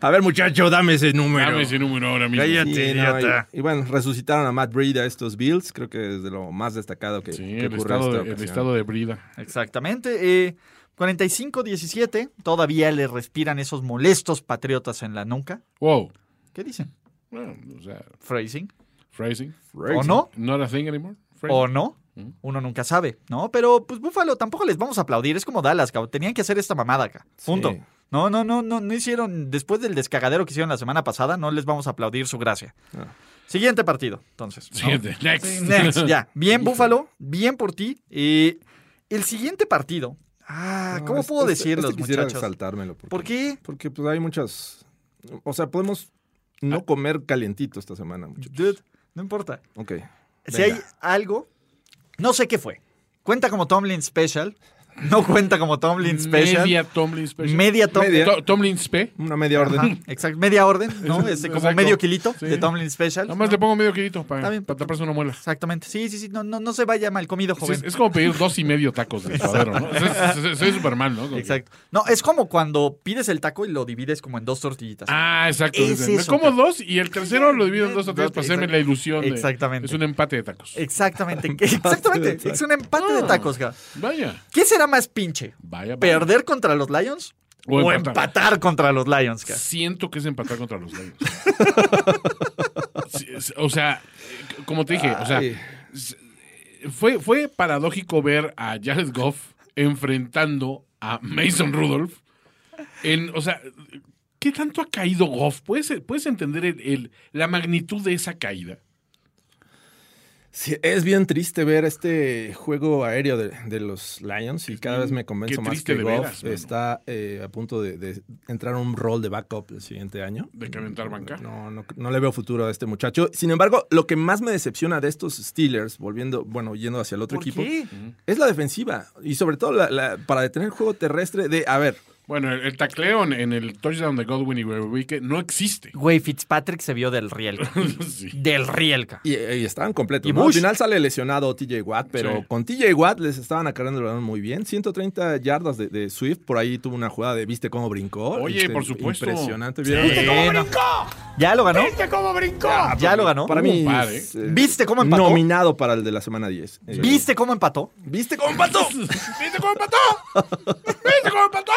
D: a ver, muchacho, dame ese número.
C: Dame ese número ahora mismo.
D: Sí, no, y, y bueno, resucitaron a Matt Breida estos Bills. Creo que es de lo más destacado que,
C: Sí,
D: que
C: el
D: ocurre
C: estado,
D: esta
C: de, el
D: ocasión.
C: estado de brida.
B: Exactamente. eh, 45-17. Todavía le respiran esos molestos patriotas en la nuca.
C: Wow.
B: ¿Qué dicen?
C: Bueno, o sea,
B: Phrasing.
C: phrasing.
B: ¿O no?
C: Not a thing anymore. Phrasing.
B: ¿O no? Uno nunca sabe, ¿no? Pero, pues, Búfalo, tampoco les vamos a aplaudir. Es como Dallas, cabrón. Tenían que hacer esta mamada acá. Punto.
D: Sí.
B: No, no, no, no, no hicieron. Después del descagadero que hicieron la semana pasada, no les vamos a aplaudir su gracia. Siguiente partido, entonces. ¿no?
C: Siguiente. Next.
B: Next, ya. Bien, Búfalo. Bien por ti. Eh, el siguiente partido. Ah,
D: No,
B: ¿cómo
D: este-
B: puedo
D: este-
B: decirlos,
D: este quisiera
B: muchachos?
D: saltármelo. Porque,
B: ¿Por qué?
D: Porque pues hay muchas... O sea, podemos
C: Ah.
D: no comer calientito esta semana, muchachos.
B: Dude, no importa.
D: Ok.
B: Si hay algo, no sé qué fue. Cuenta como Tomlin Special. No cuenta como Tomlin Special.
C: Media Tomlin Special.
B: Media Tomlin.
D: Media.
C: To- Tomlin Spe.
D: Una media orden.
B: Ajá, exacto, media orden, ¿no? Este, como
C: Exacto.
B: medio kilito
C: Sí.
B: de Tomlin Special.
C: Nada más le pongo medio quedito para,
B: Está bien.
C: para taparse una muela.
B: Exactamente. Sí, sí, sí. No, no, no se vaya mal comido,
C: Sí,
B: joven.
C: Es, es como pedir dos y medio tacos de suadero, ¿no? O sea, es- es- Soy Superman, ¿no? Como que-
B: Exacto. No, es como cuando pides el taco y lo divides como en dos tortillitas.
C: Ah, exacto.
B: Es
C: Me
B: eso,
C: como
B: cabrón.
C: dos y el tercero lo divido en dos o tres para hacerme
B: Exacto.
C: la ilusión. de-
B: Exactamente. Eh,
C: es un empate de tacos.
B: Exactamente. Exactamente. Es un empate de tacos, ja.
C: Vaya.
B: ¿Qué será más pinche?
C: Vaya, vaya.
B: ¿Perder contra los Lions?
C: O
B: O,
C: empatar.
B: empatar. contra los Lions, ja?
C: Siento que es empatar contra los Lions. Sí, es- o sea, eh, como te dije, o sea,
D: Ay.
C: s- fue, fue paradójico ver a Jared Goff enfrentando a Mason Rudolph. En, o sea, ¿qué tanto ha caído Goff? ¿Puedes, puedes entender el- el- la magnitud de esa caída?
D: Sí, es bien triste ver este juego aéreo de, de los Lions y cada vez me convenzo
C: qué
D: más
C: triste
D: que
C: de
D: Goff
C: veras, mano.
D: está eh, a punto de, de entrar a un rol de backup el siguiente año.
C: ¿De que aventar banca?
D: No, no, no le veo futuro a este muchacho. Sin embargo, lo que más me decepciona de estos Steelers, volviendo, bueno, yendo hacia el otro
B: ¿Por
D: equipo,
B: qué?
D: es la defensiva y sobre todo la- la- para detener el juego terrestre de, a ver,
C: Bueno, el, el tacleo en, en el touchdown de Godwin y Werwick no existe.
B: Güey, Fitzpatrick se vio del Rielka.
C: Sí.
B: del Rielka.
D: Y, eh, y estaban completos.
B: Y
D: ¿no? Al
B: Bush.
D: final sale lesionado TJ Watt, pero
C: Sí.
D: con TJ Watt les estaban acarreando el balón muy bien. 130 yardas de, de Swift. Por ahí tuvo una jugada de viste cómo brincó.
C: Oye,
D: Este,
C: por supuesto.
D: Impresionante. ¿Vieron?
B: Bueno. este ¿Ya lo ganó? ¿Ya lo ganó?
D: Para mí.
C: Compadre.
D: es, eh,
B: ¿Viste cómo empató?
D: Nominado para el de la semana 10. Eh,
B: ¿Viste cómo empató?
D: ¿Viste cómo empató?
C: pues, ¿Viste cómo empató? ¿Viste cómo empató?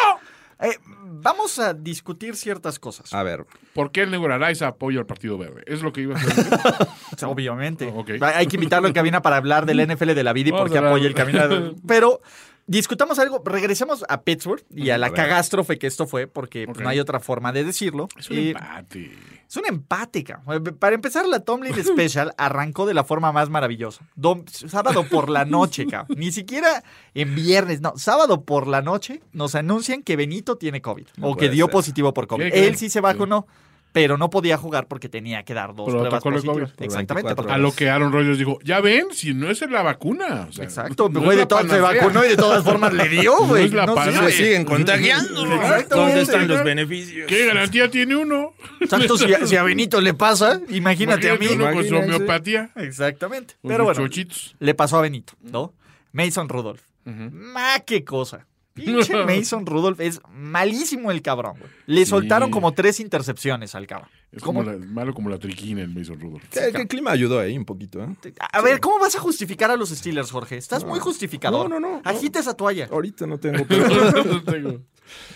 B: Eh, vamos a discutir ciertas cosas.
D: A ver.
C: ¿Por qué el Negro Araiza apoya al Partido Verde? Es lo que iba a decir.
B: O sea, obviamente.
C: Ah, Ok.
B: Hay hay que invitarlo en cabina para hablar del NFL de la vida y
C: Vamos
B: por qué
C: a hablar.
B: apoya el camino. de- Pero discutamos algo. Regresemos a Pittsburgh y a la cagástrofe que esto fue, porque pues,
C: Ok.
B: no hay otra forma de decirlo.
C: Es un
B: Y-
C: empate.
B: Es una empática. Para empezar, la Tomlin Special arrancó de la forma más maravillosa. Dom- sábado por la noche, cabrón. Ni siquiera en viernes, no. Sábado por la noche nos anuncian que Benito tiene COVID
D: No
B: o que
D: puede
B: dio
D: ser.
B: positivo por COVID.
C: Sí, claro.
B: Él sí se vacunó, pero no podía jugar porque tenía que dar dos
C: Protocolo
B: pruebas
C: de
B: positivas.
C: COVID.
D: Por
B: Exactamente.
D: 24
B: porque-
C: A lo que Aaron Rodgers dijo, ya ven, si no es la vacuna. o sea,
B: Exacto.
C: no
B: güey,
C: es
B: de
C: la
B: todas- se
C: panacea.
B: vacunó y de todas formas le dio,
C: No eh,
B: güey.
C: es la
B: No sé,
C: panacea.
B: güey.
D: contagiando.
B: Exactamente.
D: ¿Dónde están los beneficios?
C: ¿Qué garantía tiene uno?
B: Exacto, si a, si a Benito le pasa, imagínate a mí.
C: uno con su
D: Imagínense.
C: homeopatía.
B: Exactamente.
C: con
B: Pero
C: sus
B: bueno.
C: chochitos.
B: le pasó a Benito, ¿no? Mason Rudolph. ¡Ma, qué cosa! Pinche Mason Rudolph es malísimo el cabrón, güey. Le soltaron como tres intercepciones al cabrón.
C: Es
B: ¿Cómo?
C: como la- malo como la triquina en Mason Rudolph.
D: ¿Qué, qué clima ayudó ahí un poquito? ¿eh?
B: A ver, ¿cómo vas a justificar a los Steelers, Jorge? Estás muy justificador.
D: No, no, no.
B: Agita esa toalla.
D: Ahorita no tengo. pero-
C: No tengo.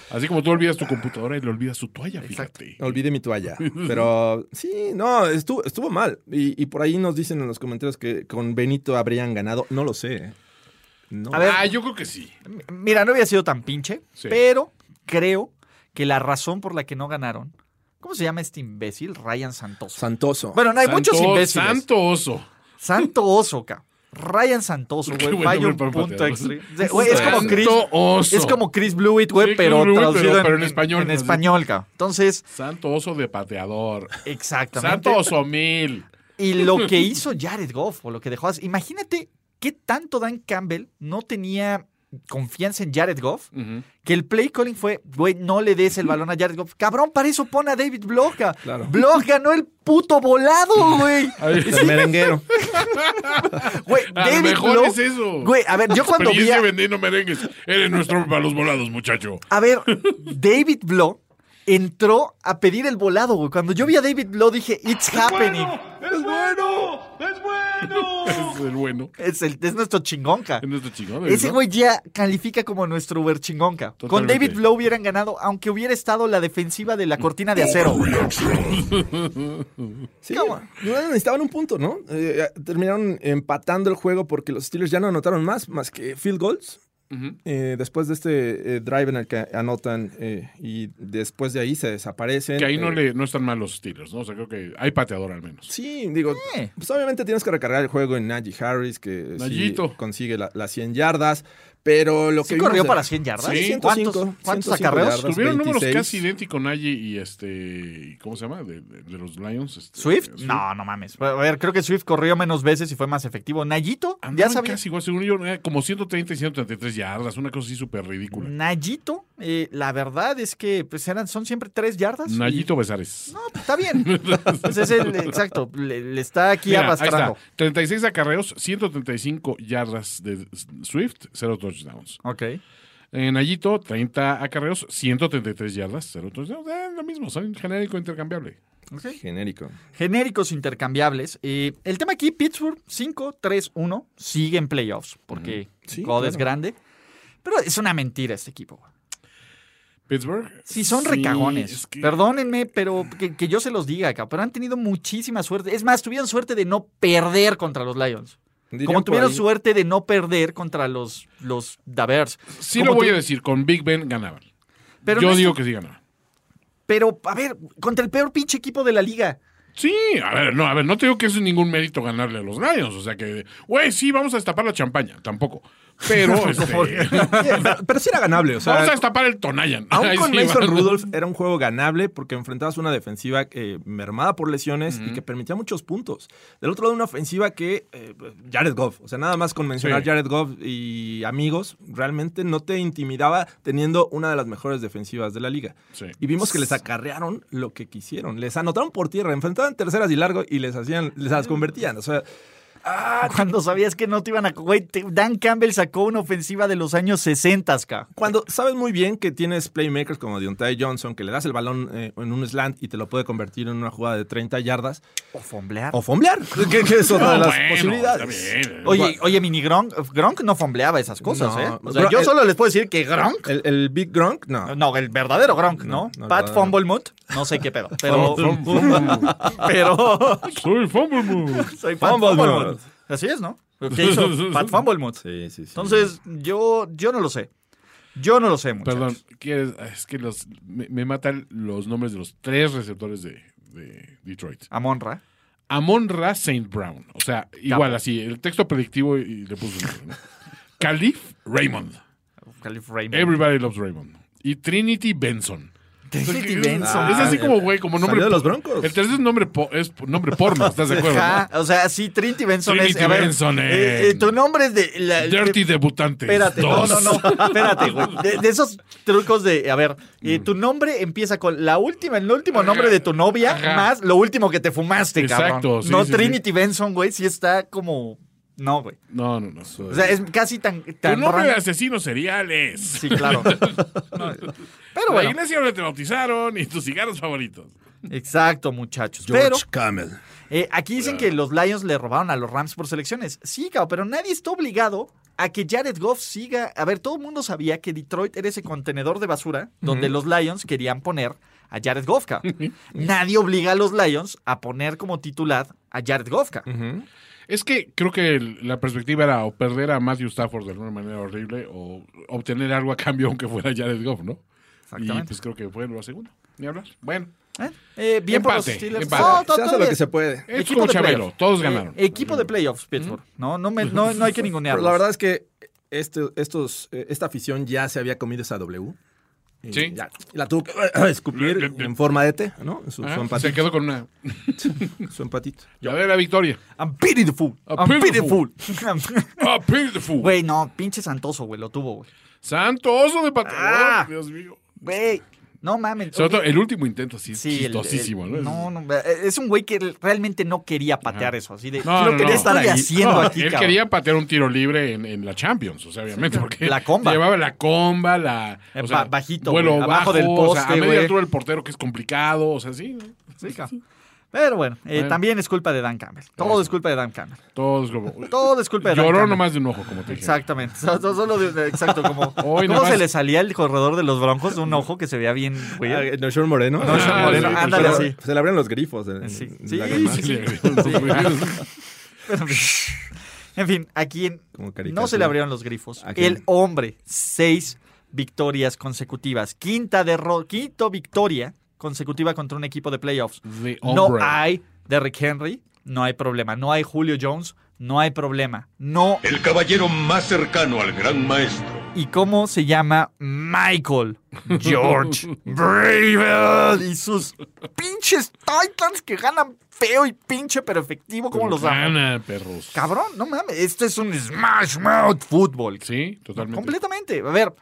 C: Así como tú olvidas tu computadora y le olvidas su toalla, fíjate.
D: Olvidé mi toalla. Pero sí, no, estuvo, estuvo mal. Y, y por ahí nos dicen en los comentarios que con Benito habrían ganado. No lo sé. ¿eh? No.
B: A ver.
C: Ah, yo creo que sí.
B: M- Mira, no había sido tan pinche,
C: Sí.
B: pero creo que la razón por la que no ganaron. ¿Cómo se llama este imbécil? Ryan Santoso.
D: Santoso.
B: bueno, no, hay muchos
C: Santo-
B: imbéciles.
C: Santo oso.
B: Santo Oso, cabrón. Ryan Santoso,
C: Qué
B: güey.
C: buen
B: Vaya
C: nombre
B: un
C: para un
B: punto
C: pateador.
B: extra. O sea, güey, es como
C: Santo
B: Chris.
C: oso.
B: Es como Chris Blewett, güey,
C: Sí, Chris
B: pero
C: Blewett, pero-
B: traducido en-
C: pero en
B: en,
C: español, pues,
B: En
C: así.
B: español, cabrón. Entonces,
C: Santo oso de pateador.
B: exactamente.
C: Santo oso mil.
B: Y lo que hizo Jared Goff, o lo que dejó hacer. Imagínate qué tanto Dan Campbell no tenía confianza en Jared Goff, que el play calling fue, güey, no le des el balón a Jared Goff. Cabrón, para eso pone a David Bloja.
D: Claro.
B: Bloch ganó el puto volado, güey.
D: El merenguero.
B: Güey,
C: A lo
B: David
C: mejor
B: Bloch-
C: es eso.
B: Güey, a ver, yo cuando vi
C: Experiencia
B: a,
C: vendiendo merengues. Eres nuestro hombre para los volados, muchacho.
B: A ver, David Blow entró a pedir el volado, güey. Cuando yo vi a David Blow dije, it's happening.
C: Es el bueno.
B: Es, el- es nuestro chingonca.
C: Es nuestro chingón. ¿verdad?
B: Ese güey ya califica como nuestro Uber chingonca. Con
C: Totalmente.
B: David Blow hubieran ganado, aunque hubiera estado la defensiva de la cortina de acero. güey.
D: Sí,
B: Come
D: no necesitaban un punto, ¿no? Eh, terminaron empatando el juego porque los Steelers ya no anotaron más, más que field goals. Eh, después de este eh, drive en el que anotan eh, y después de ahí se desaparecen.
C: Que ahí no,
D: Eh,
C: le, no están mal los tiros, ¿no? O sea, creo que hay pateador al menos.
D: Sí, digo,
B: Eh.
D: pues obviamente tienes que recargar el juego en Najee Harris, que sí
C: Nayito.
D: consigue la- las 100 yardas, pero lo
B: ¿Sí
D: que... vimos
B: corrió
D: de-
B: para 100 yardas?
D: Sí,
B: ¿Cuántos,
D: 105,
B: cuántos
D: 105
B: acarreos?
D: yardas.
C: Tuvieron números
D: 26.
C: casi idénticos Nagy y este. ¿Cómo se llama? De, de- de los Lions. este,
B: ¿Swift? No, no mames. A ver, creo que Swift corrió menos veces y fue más efectivo. Nayito, ya
C: Andaban
B: sabía.
C: casi igual, según yo, eh, como 130 y 133 yardas, una cosa así súper
B: Mm,
C: ridícula.
B: Nayito, eh, la verdad es que pues, eran, son siempre tres yardas. y-
C: Nayito Besares.
B: No, pues, está bien. Pues es el, exacto, le, le está aquí
C: Mira, ahí
B: arrastrando.
C: está. 36 acarreos, 135 yardas de Swift, 0 touchdowns.
B: Ok.
C: En Nayito, 30 acarreos, 133 yardas, 0 touchdowns. Eh, lo mismo, son genérico intercambiable.
D: Genérico.
B: Genéricos intercambiables. Eh, el tema aquí, Pittsburgh 5-3-1, sigue en playoffs, porque
D: Sí,
B: God es
D: claro.
B: grande. Pero es una mentira este equipo. güey.
C: Pittsburgh.
B: Sí, son recagones.
C: es que-
B: Perdónenme, pero que, que yo se los diga acá. Pero han tenido muchísima suerte. Es más, tuvieron suerte de no perder contra los Lions.
D: Dirían
B: Como
D: por
B: tuvieron
D: ahí,
B: suerte de no perder contra los, los Davers.
C: Sí lo voy a decir, con Big Ben ganaban. Yo digo que sí ganaban.
B: Pero, a ver, contra el peor pinche equipo de la liga.
C: Sí, a ver, no, a ver, no te digo que eso es ningún mérito ganarle a los Lions. O sea que, güey, sí, vamos a destapar la champaña, tampoco. Pero, este,
D: Sí, pero, pero sí era ganable, o sea.
C: vamos a destapar el Tonayan.
D: Aún
C: Ahí
D: con
C: sí,
D: Mason
C: ¿verdad?
D: Rudolph era un juego ganable porque enfrentabas una defensiva eh, mermada por lesiones y que permitía muchos puntos. Del otro lado, una ofensiva que eh, Jared Goff, o sea, nada más con mencionar
C: Sí.
D: Jared Goff y amigos, realmente no te intimidaba teniendo una de las mejores defensivas de la liga.
C: Sí.
D: Y vimos que les acarrearon lo que quisieron. Les anotaron por tierra, enfrentaban terceras y largo y les hacían, les las convertían. O sea,
B: Cuando sabías que no te iban a... Güey, te- Dan Campbell sacó una ofensiva de los años 60, ca.
D: Cuando sabes muy bien que tienes playmakers como Deontay Johnson, que le das el balón eh, en un slant y te lo puede convertir en una jugada de 30 yardas
B: O fomblear.
D: o fomblear, que, que es otra de
C: No,
D: las
C: bueno,
D: posibilidades.
C: está bien.
B: Oye, oye, mini Gronk, Gronk no fombleaba esas cosas,
D: No,
B: ¿eh? O sea,
D: Gronk-
B: yo
D: el-
B: solo les puedo decir que Gronk...
D: El, el Big Gronk, no.
B: No, el verdadero Gronk, ¿no?
D: no, el
B: Pat
D: verdadero.
B: Fumblemut, no sé qué pedo, pero...
C: Fum- fum-
B: pero...
C: Soy Fumble Moon.
B: Soy Pat
D: Fumblemut.
B: Fumblemut. Así es, ¿no? ¿Qué hizo Pat Fumblemut?
D: Sí, sí, sí.
B: Entonces, yo, yo no lo sé. Yo no lo sé, muchachos.
C: Perdón, ¿quieres? es que los, me, me matan los nombres de los tres receptores de, de Detroit.
B: Amonra.
C: Amon Ra St. Brown. O sea, igual así, el texto predictivo y le puso un nombre, ¿no? Calif Raymond.
B: Calif Raymond.
C: Everybody loves Raymond. Y Trinity Benson.
B: Trinity
C: Es-
B: Benson. Ah,
C: Es así como, güey, como nombre.
D: Salió de los
C: por-
D: Broncos.
C: El tercer es nombre, po- es nombre porno, ¿estás de acuerdo?
B: Ajá,
C: no?
B: O sea, sí, Trinity Benson es.
C: Trinity
B: a ver,
C: Benson,
B: eh,
C: eh.
B: eh, tu nombre es de. la-
C: Dirty
B: eh,
C: Debutante.
B: Espérate, no,
C: dos.
B: no, no. Espérate, güey. De, de esos trucos de. A ver,
C: Mm.
B: eh, tu nombre empieza con la última, el último nombre de tu novia,
C: Ajá.
B: más lo último que te fumaste,
C: Exacto,
B: cabrón.
C: sí,
B: no,
C: sí,
B: Trinity Benson, güey, sí está como. No, güey.
C: No, no, no.
B: O sea, es casi tan.
C: tu
B: tan
C: nombre de
B: rango.
C: asesinos seriales.
B: Sí, claro. No, pero
C: La
B: bueno.
C: iglesia donde te bautizaron y tus cigarros favoritos.
B: Exacto, muchachos. pero
D: Camel.
B: eh, aquí dicen que los Lions le robaron a los Rams por selecciones. Sí, cabrón, pero nadie está obligado a que Jared Goff siga. A ver, todo el mundo sabía que Detroit era ese contenedor de basura donde los Lions querían poner a Jared Goff. cabrón. nadie obliga a los Lions a poner como titular a Jared Goff. cabrón.
C: Es que creo que el- la perspectiva era o perder a Matthew Stafford de alguna manera horrible o obtener algo a cambio aunque fuera Jared Goff, ¿no? Y
B: Exactamente.
C: pues creo que fue lo segundo. Ni hablar. Bueno,
B: ¿Eh? Eh, bien por los
C: Empate,
B: Steelers.
C: empate.
B: No, todo-
D: Se hace
B: todo
D: lo
B: bien.
D: que se puede.
C: es
B: Equipo
C: como
B: de
C: Chabelo.
B: playoffs.
C: Todos
B: Eh,
C: ganaron.
B: equipo de playoffs, Pittsburgh. No, no, me- no, no hay que ningunearlos.
D: La verdad es que este, estos, eh, esta afición ya se había comido esa W. Y
C: Sí.
D: ya, y la tuvo que escupir en forma de T, ¿no? Su, su
B: Ah,
C: Ajá, se
D: empatito.
C: quedó con una.
D: Su empatito.
C: Ya de la victoria.
B: I'm pitiful.
C: A
B: I'm
C: pitiful.
B: pitiful.
C: ¡Ah, beautiful!
B: Güey, no, pinche Santoso, güey, lo tuvo, güey.
C: ¡Santo oso de patrón!
B: Ah.
C: Dios mío.
B: Güey, no mames.
C: Sobre todo el último intento, así,
B: Sí, el-
C: chistosísimo,
B: el-
C: ¿no?
B: No, no, es un güey que realmente no quería patear eso, así de,
C: No,
B: creo
C: no,
B: que
C: no.
B: ¿qué estoy
C: Estar ahí.
B: haciendo
C: No,
B: aquí,
C: Él
B: cabrón?
C: quería patear un tiro libre en, en la Champions, o sea, obviamente, porque
B: La comba.
C: llevaba la comba, la
B: Eh,
C: o sea,
B: ba- bajito,
C: vuelo
B: güey, abajo
C: bajo,
B: del
C: o sea,
B: poste,
C: a media
B: güey.
C: altura del portero que es complicado, o sea, sí, ¿no?
B: Sí, cabrón. Pero bueno, eh,
C: Bueno.
B: también es culpa de Dan Campbell. Todo es culpa de Dan Campbell.
C: todos como
B: Todo es culpa de Dan
C: lloró
B: Campbell.
C: nomás de un ojo, como te dije.
B: Exactamente. So- so- Solo de- de- exacto, como
C: Hoy
B: cómo
C: nomás-
B: se le salía el corredor de los broncos de un ojo que se veía bien, güey.
D: Ah, Noshon Moreno.
B: Noshon
D: Ah,
C: Moreno,
D: sí,
C: ándale
D: pero
B: así.
D: Se le abren los grifos. en- en-
B: Sí.
D: en
B: Sí,
D: lágrimas.
C: Sí, le-
B: En fin, a quien
D: Como caricatura.
B: no se le abrieron los grifos.
D: ¿A quién?
B: El hombre, seis victorias consecutivas. Quinta derro- quinto victoria consecutiva contra un equipo de playoffs.
C: The
B: No
C: hombre.
B: hay Derrick Henry, no hay problema. No hay Julio Jones, no hay problema. No.
I: El caballero más cercano al gran maestro.
B: ¿Y cómo se llama Michael George Bravel? Y sus pinches Titans que ganan feo y pinche pero efectivo. ¿Cómo los amo?
C: Gana, perros.
B: Cabrón, no mames. Esto es un Smash Mouth Football.
C: Sí, totalmente.
B: Completamente. A ver,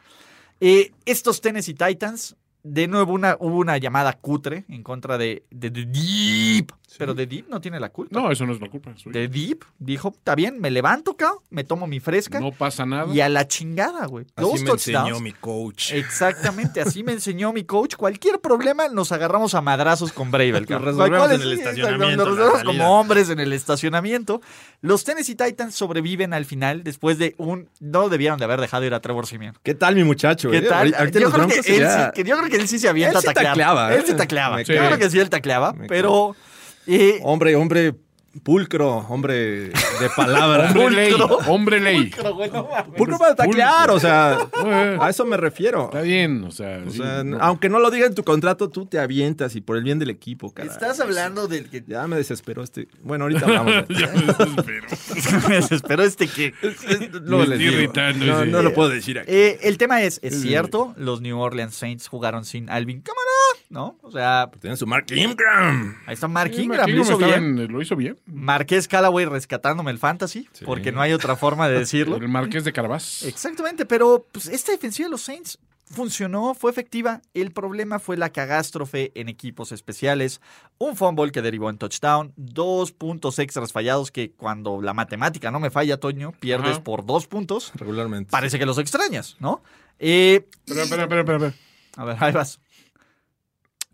B: eh, estos Tennessee Titans, de nuevo una, hubo una llamada cutre en contra de, de, The Deep. Pero The Deep no tiene la culpa.
C: No, eso no es la culpa. soy-
B: The Deep dijo, está bien, me levanto, cao, me tomo mi fresca
C: No pasa nada.
B: y a la chingada, güey. Dos
D: Así me enseñó
B: touchdowns.
D: mi coach.
B: Exactamente, así me enseñó mi coach. Cualquier problema nos agarramos a madrazos con Bravel. cabrón.
D: resolvemos
B: ¿Cuál es?
D: en el
B: Sí, exacto,
D: estacionamiento, en la
B: Nos resolvemos
D: salida.
B: como hombres en el estacionamiento. Los Tennessee Titans sobreviven al final después de un... No debieron de haber dejado ir a Trevor Simeon.
D: ¿Qué tal, mi muchacho?
B: ¿Qué
D: eh?
B: tal?
D: Ahorita en
B: yo,
D: los
B: creo que él
D: Broncos sería-
B: sí, que yo creo que él sí se avienta
D: Él sí
B: a taclear.
D: tacleaba, ¿eh?
B: Él sí tacleaba.
D: Me Oh,
B: Yo
C: cae.
B: creo que sí él tacleaba,
D: Me
B: pero... eh,
D: Hombre, hombre Pulcro, hombre de palabra.
C: Hombre ley, hombre ley. eh,
D: Pulcro para taclear, o sea, a eso me refiero.
C: Está bien, o sea.
D: O
C: sí,
D: sea,
C: no.
B: ah,
D: aunque no lo diga en tu contrato, tú te avientas y por el bien del equipo, cara.
B: Estás hablando del que.
D: Ya me desesperó este. Bueno, ahorita hablamos.
C: Ya me desespero.
B: Me desesperó este que.
D: Luego
C: Me
D: les
C: estoy
D: digo.
C: irritando
D: No,
C: ese.
D: no lo puedo decir aquí.
B: Eh, el tema es: ¿es cierto? Los New Orleans Saints jugaron sin Alvin Cámara, ¿no? O sea,
D: Tienen su Mark Ingram.
B: ahí está Mark
C: Sí,
B: Ingram, lo
C: Mark
B: hizo
C: estaba
B: bien.
C: en- lo hizo bien.
B: Marqués Callaway rescatándome el fantasy, porque no hay otra forma de decirlo.
C: El Marqués de Carabás.
B: Exactamente, pero pues, esta defensiva de los Saints funcionó, fue efectiva. El problema fue la cagástrofe en equipos especiales, un fumble que derivó en touchdown, dos puntos extras fallados que cuando la matemática no me falla, Toño, pierdes
C: Ajá.
B: por dos puntos.
D: Regularmente.
B: Parece que los extrañas, ¿no? Eh,
C: Espera, espera, espera, espera, espera.
B: a ver, ahí vas.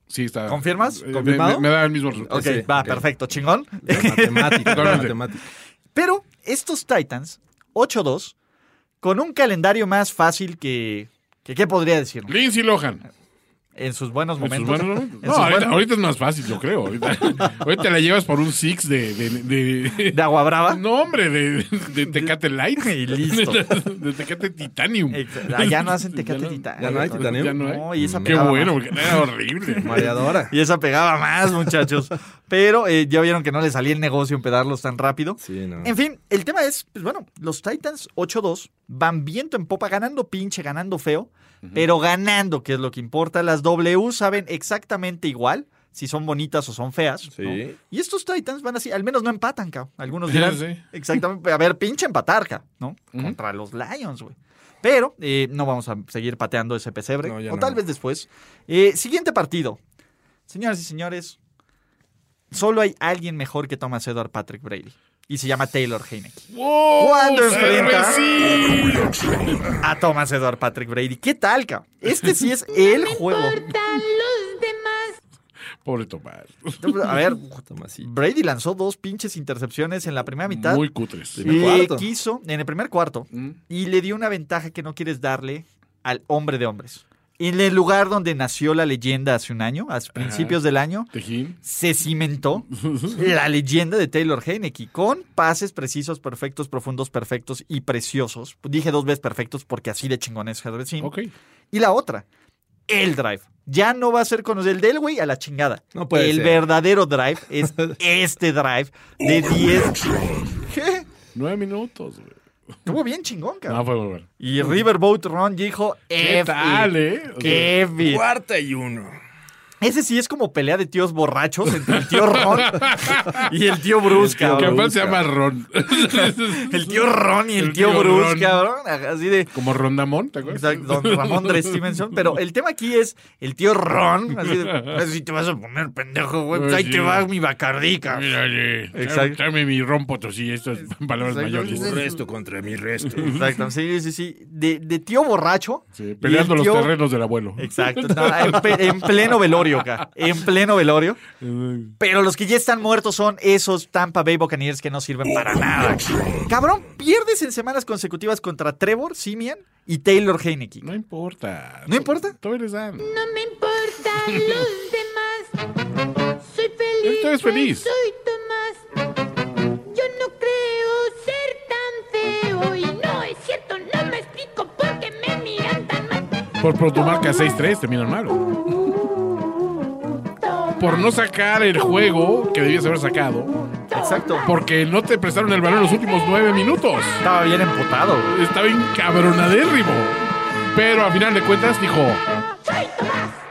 C: Sí, está.
B: ¿Confirmas?
C: Eh, me-
B: ¿Confirmado?
C: Me, me da el mismo resultado.
B: Ok,
D: sí,
B: va,
D: ok.
B: perfecto, chingón.
D: De matemática, de
C: Totalmente.
D: matemática.
B: Pero estos Titans, 8-2, con un calendario más fácil que... que ¿Qué podría decir?
C: Lindsay Lohan.
B: En sus buenos
C: ¿En sus
B: momentos.
C: manos, no?
B: En
C: No,
B: sus
C: ahorita,
B: buenos-
C: ahorita es más fácil, yo creo. Ahorita, ahorita la llevas por un six de. de, de-
B: de agua brava.
C: no, hombre, de, de Tecate Light.
B: Y listo.
C: De Tecate Titanium.
B: Ex- Allá no hacen
C: Ya
B: tecate
C: no-
B: titán.
D: ya no hay Titanium.
C: Ya no hay.
B: No, y esa
C: Qué
B: pegaba
C: bueno,
B: más.
C: porque era horrible.
D: Mareadora.
B: Y esa pegaba más, muchachos. Pero eh, ya vieron que no le salía el negocio empedarlos tan rápido.
D: Sí, no.
B: En fin, el tema es, pues bueno, los Titans 8-2 van viento en popa, ganando pinche, ganando feo, pero ganando, que es lo que importa. Las W saben exactamente igual si son bonitas o son feas. ¿no?
D: Sí.
B: Y estos Titans van así, al menos no empatan, cabrón. Algunos
C: Sí,
B: dirán,
C: sí.
B: exactamente, a ver, pinche empatar, cabrón, ¿no? Contra los Lions, güey. Pero eh, no vamos a seguir pateando ese pesebre,
D: No, ya
B: o
D: no.
B: tal vez después. Eh, siguiente partido. Señoras y señores, solo hay alguien mejor que Thomas Edward Patrick Brady. Y se llama Taylor Heineke.
C: ¡Wow!
B: ¿Cuándo enfrenta?
C: ¡Cervecín!
B: A Thomas Edward Patrick Brady. ¿Qué tal, cabrón? Este sí es el juego.
H: Cortan los demás.
C: Pobre Tomás.
B: A ver,
D: Tomasito.
B: Brady lanzó dos pinches intercepciones en la primera mitad.
C: Muy cutres.
D: Sí.
B: Y
D: primer cuarto.
B: quiso, en el primer cuarto,
C: Mm.
B: y le dio una ventaja que no quieres darle al hombre de hombres. En el lugar donde nació la leyenda hace un año, a principios del año,
C: Tejín.
B: se cimentó la leyenda de Taylor Heineke con pases precisos, perfectos, profundos, perfectos y preciosos. Dije dos veces perfectos porque así de chingón es Herbert
C: Ok.
B: Y la otra, el drive. Ya no va a ser con los del Delway a la chingada.
D: No puede
B: el
D: ser.
B: verdadero drive es este drive de 10. ¿Qué?
C: Nueve minutos, güey.
B: Estuvo bien chingón, cabrón.
C: No, fue volver.
B: Y Riverboat Ron dijo,
C: ¿Qué
B: F
C: tal,
B: it,
C: eh? O sea,
B: F it".
D: Cuarta y uno.
B: Ese sí es como pelea de tíos borrachos entre el tío Ron y el tío Bruce,
C: Que
B: cabrón.
C: aparte se llama Ron.
B: El tío Ron y el,
C: El
B: tío,
C: tío
B: Bruce,
C: Ron.
B: cabrón. Así de...
C: Como Rondamón, ¿te acuerdas?
B: Exacto, don Ramón Dres Stevenson. Pero el tema aquí es el tío Ron. Así de, "Ah, sí te vas a poner pendejo, güey. pues
C: Ay,
B: ahí
C: sí.
B: te va mi bacardica.
C: Mírale,
B: Exacto.
C: Exacto. Tráeme mi ron potosí, estas palabras
B: Exacto.
C: mayores.
B: Tu
C: resto contra mi resto.
B: Exacto, sí, sí, sí. De, de tío borracho. y
C: peleando
B: el
C: los
B: tío-
C: terrenos del abuelo.
B: Exacto. no, en, pe- en pleno velorio, acá. En pleno velorio. Pero los que ya están muertos son esos Tampa Bay Buccaneers que no sirven para nada. Cabrón, pierdes en semanas consecutivas contra Trevor, Simeon y Taylor Heineke.
C: No importa.
B: ¿No importa?
C: Todavía les dan.
H: No me importan los demás. Soy feliz.
C: Tú eres feliz.
H: pues Soy Tomás. Yo no creo ser tan feo. Y no es cierto, no me explico por qué me miran tan mal.
C: Por, por tu marca 6-3 te miran mal. Por no sacar el juego que debías haber sacado.
B: Exacto.
C: Porque no te prestaron el balón los últimos nueve minutos.
B: Estaba bien emputado. güey.
C: Estaba encabronadérrimo. Pero al final de cuentas dijo.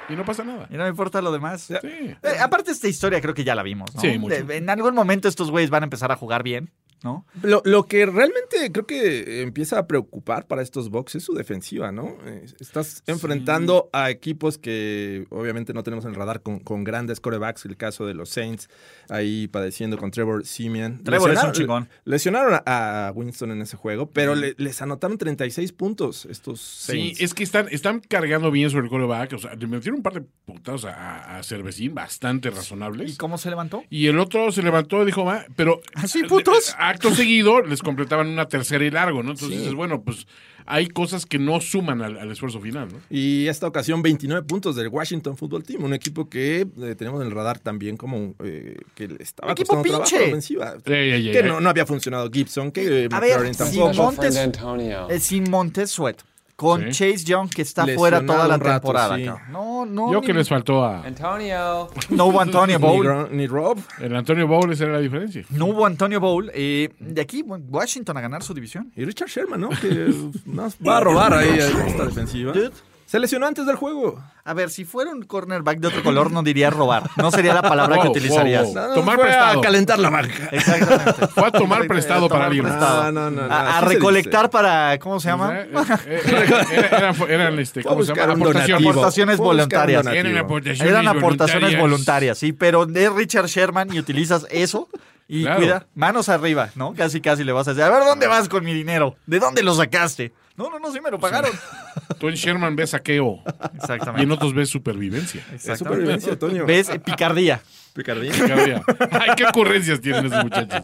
C: Y no pasa nada.
B: Y no me importa lo demás.
C: Sí.
B: Eh, aparte, esta historia creo que ya la vimos, ¿no?
C: Sí, mucho.
B: De- en algún momento estos güeyes van a empezar a jugar bien, ¿no?
D: Lo, lo que realmente creo que empieza a preocupar para estos box es su defensiva, ¿no? Eh, Estás enfrentando a equipos que obviamente no tenemos en el radar con, con grandes corebacks, el caso de los Saints, ahí padeciendo con Trevor Simeon.
B: Trevor es un
D: Lesionaron-
B: chingón.
D: Lesionaron a a Winston en ese juego, pero le- les anotaron 36 puntos estos
C: Sí,
D: Saints.
C: es que están, están cargando bien sobre el coreback. O sea, le metieron un par de putados a, a Cervecín bastante razonables.
B: ¿Y cómo se levantó?
C: Y el otro se levantó y dijo, va, pero...
B: ¿Ah, sí, putos?
C: ¿A, acto seguido les completaban una tercera y largo, ¿no? Entonces dices, bueno, pues hay cosas que no suman al, al esfuerzo final, ¿no?
D: Y esta ocasión 29 puntos del Washington Football Team, un equipo que eh, tenemos en el radar también como eh, que le estaba
B: Equipo
D: costando trabajo
B: pinche.
D: la ofensiva.
C: Ey, ey, ey,
D: que
C: ey.
D: no, no había funcionado Gibson, que eh,
B: A ver,
D: McLaurin
B: sin
D: tampoco.
B: Montes, eh, sin Montes Sweat, con Chase Young que está
D: Lesionado
B: fuera toda la
D: un rato,
B: temporada.
D: sí.
B: cabrón. No, no.
C: Yo
B: ni-
C: que les faltó a...
B: No hubo Antonio
D: Ni,
B: Bowl.
D: Gro- ni Rob.
C: El Antonio Bowles era la diferencia.
B: No hubo Antonio Bowl. Eh, de aquí, bueno, Washington a ganar su división.
D: Y Richard Sherman, ¿no? Que eh, nos va a robar ahí a esta defensiva. Se lesionó antes del juego.
B: A ver, si fuera un cornerback de otro color, no diría robar. No sería la palabra que
C: Wow, wow,
B: utilizarías.
C: wow. Tomar prestado.
D: para calentar la marca.
B: Exactamente.
C: Fue a tomar prestado para alguien.
D: No, no, no. no,
B: A, a
D: así se
B: recolectar para. ¿Cómo se llama?
C: Eh, eh, eh, era- eran, eran, este,
D: Voy a
C: ¿cómo se
D: buscar
C: llama?
D: un
C: Aportación.
D: donativo.
B: Aportaciones
D: Voy a buscar un
B: voluntarias.
D: donativo.
C: Eran aportaciones
B: Eran aportaciones
C: voluntarias.
B: voluntarias, sí, pero de Richard Sherman y utilizas eso y
C: Claro.
B: cuida, manos arriba, ¿no? Casi, casi le vas a decir, a ver, ¿dónde vas con mi dinero? ¿De dónde lo sacaste? No, no, no, sí me lo pagaron.
C: Tú en Sherman ves saqueo y en
B: Exactamente.
C: otros ves supervivencia.
D: Es
B: Exactamente.
D: supervivencia, Toño.
B: ¿Ves? Eh, Picardía.
D: Picardía.
C: Cabría. Ay, qué ocurrencias tienen esos muchachos.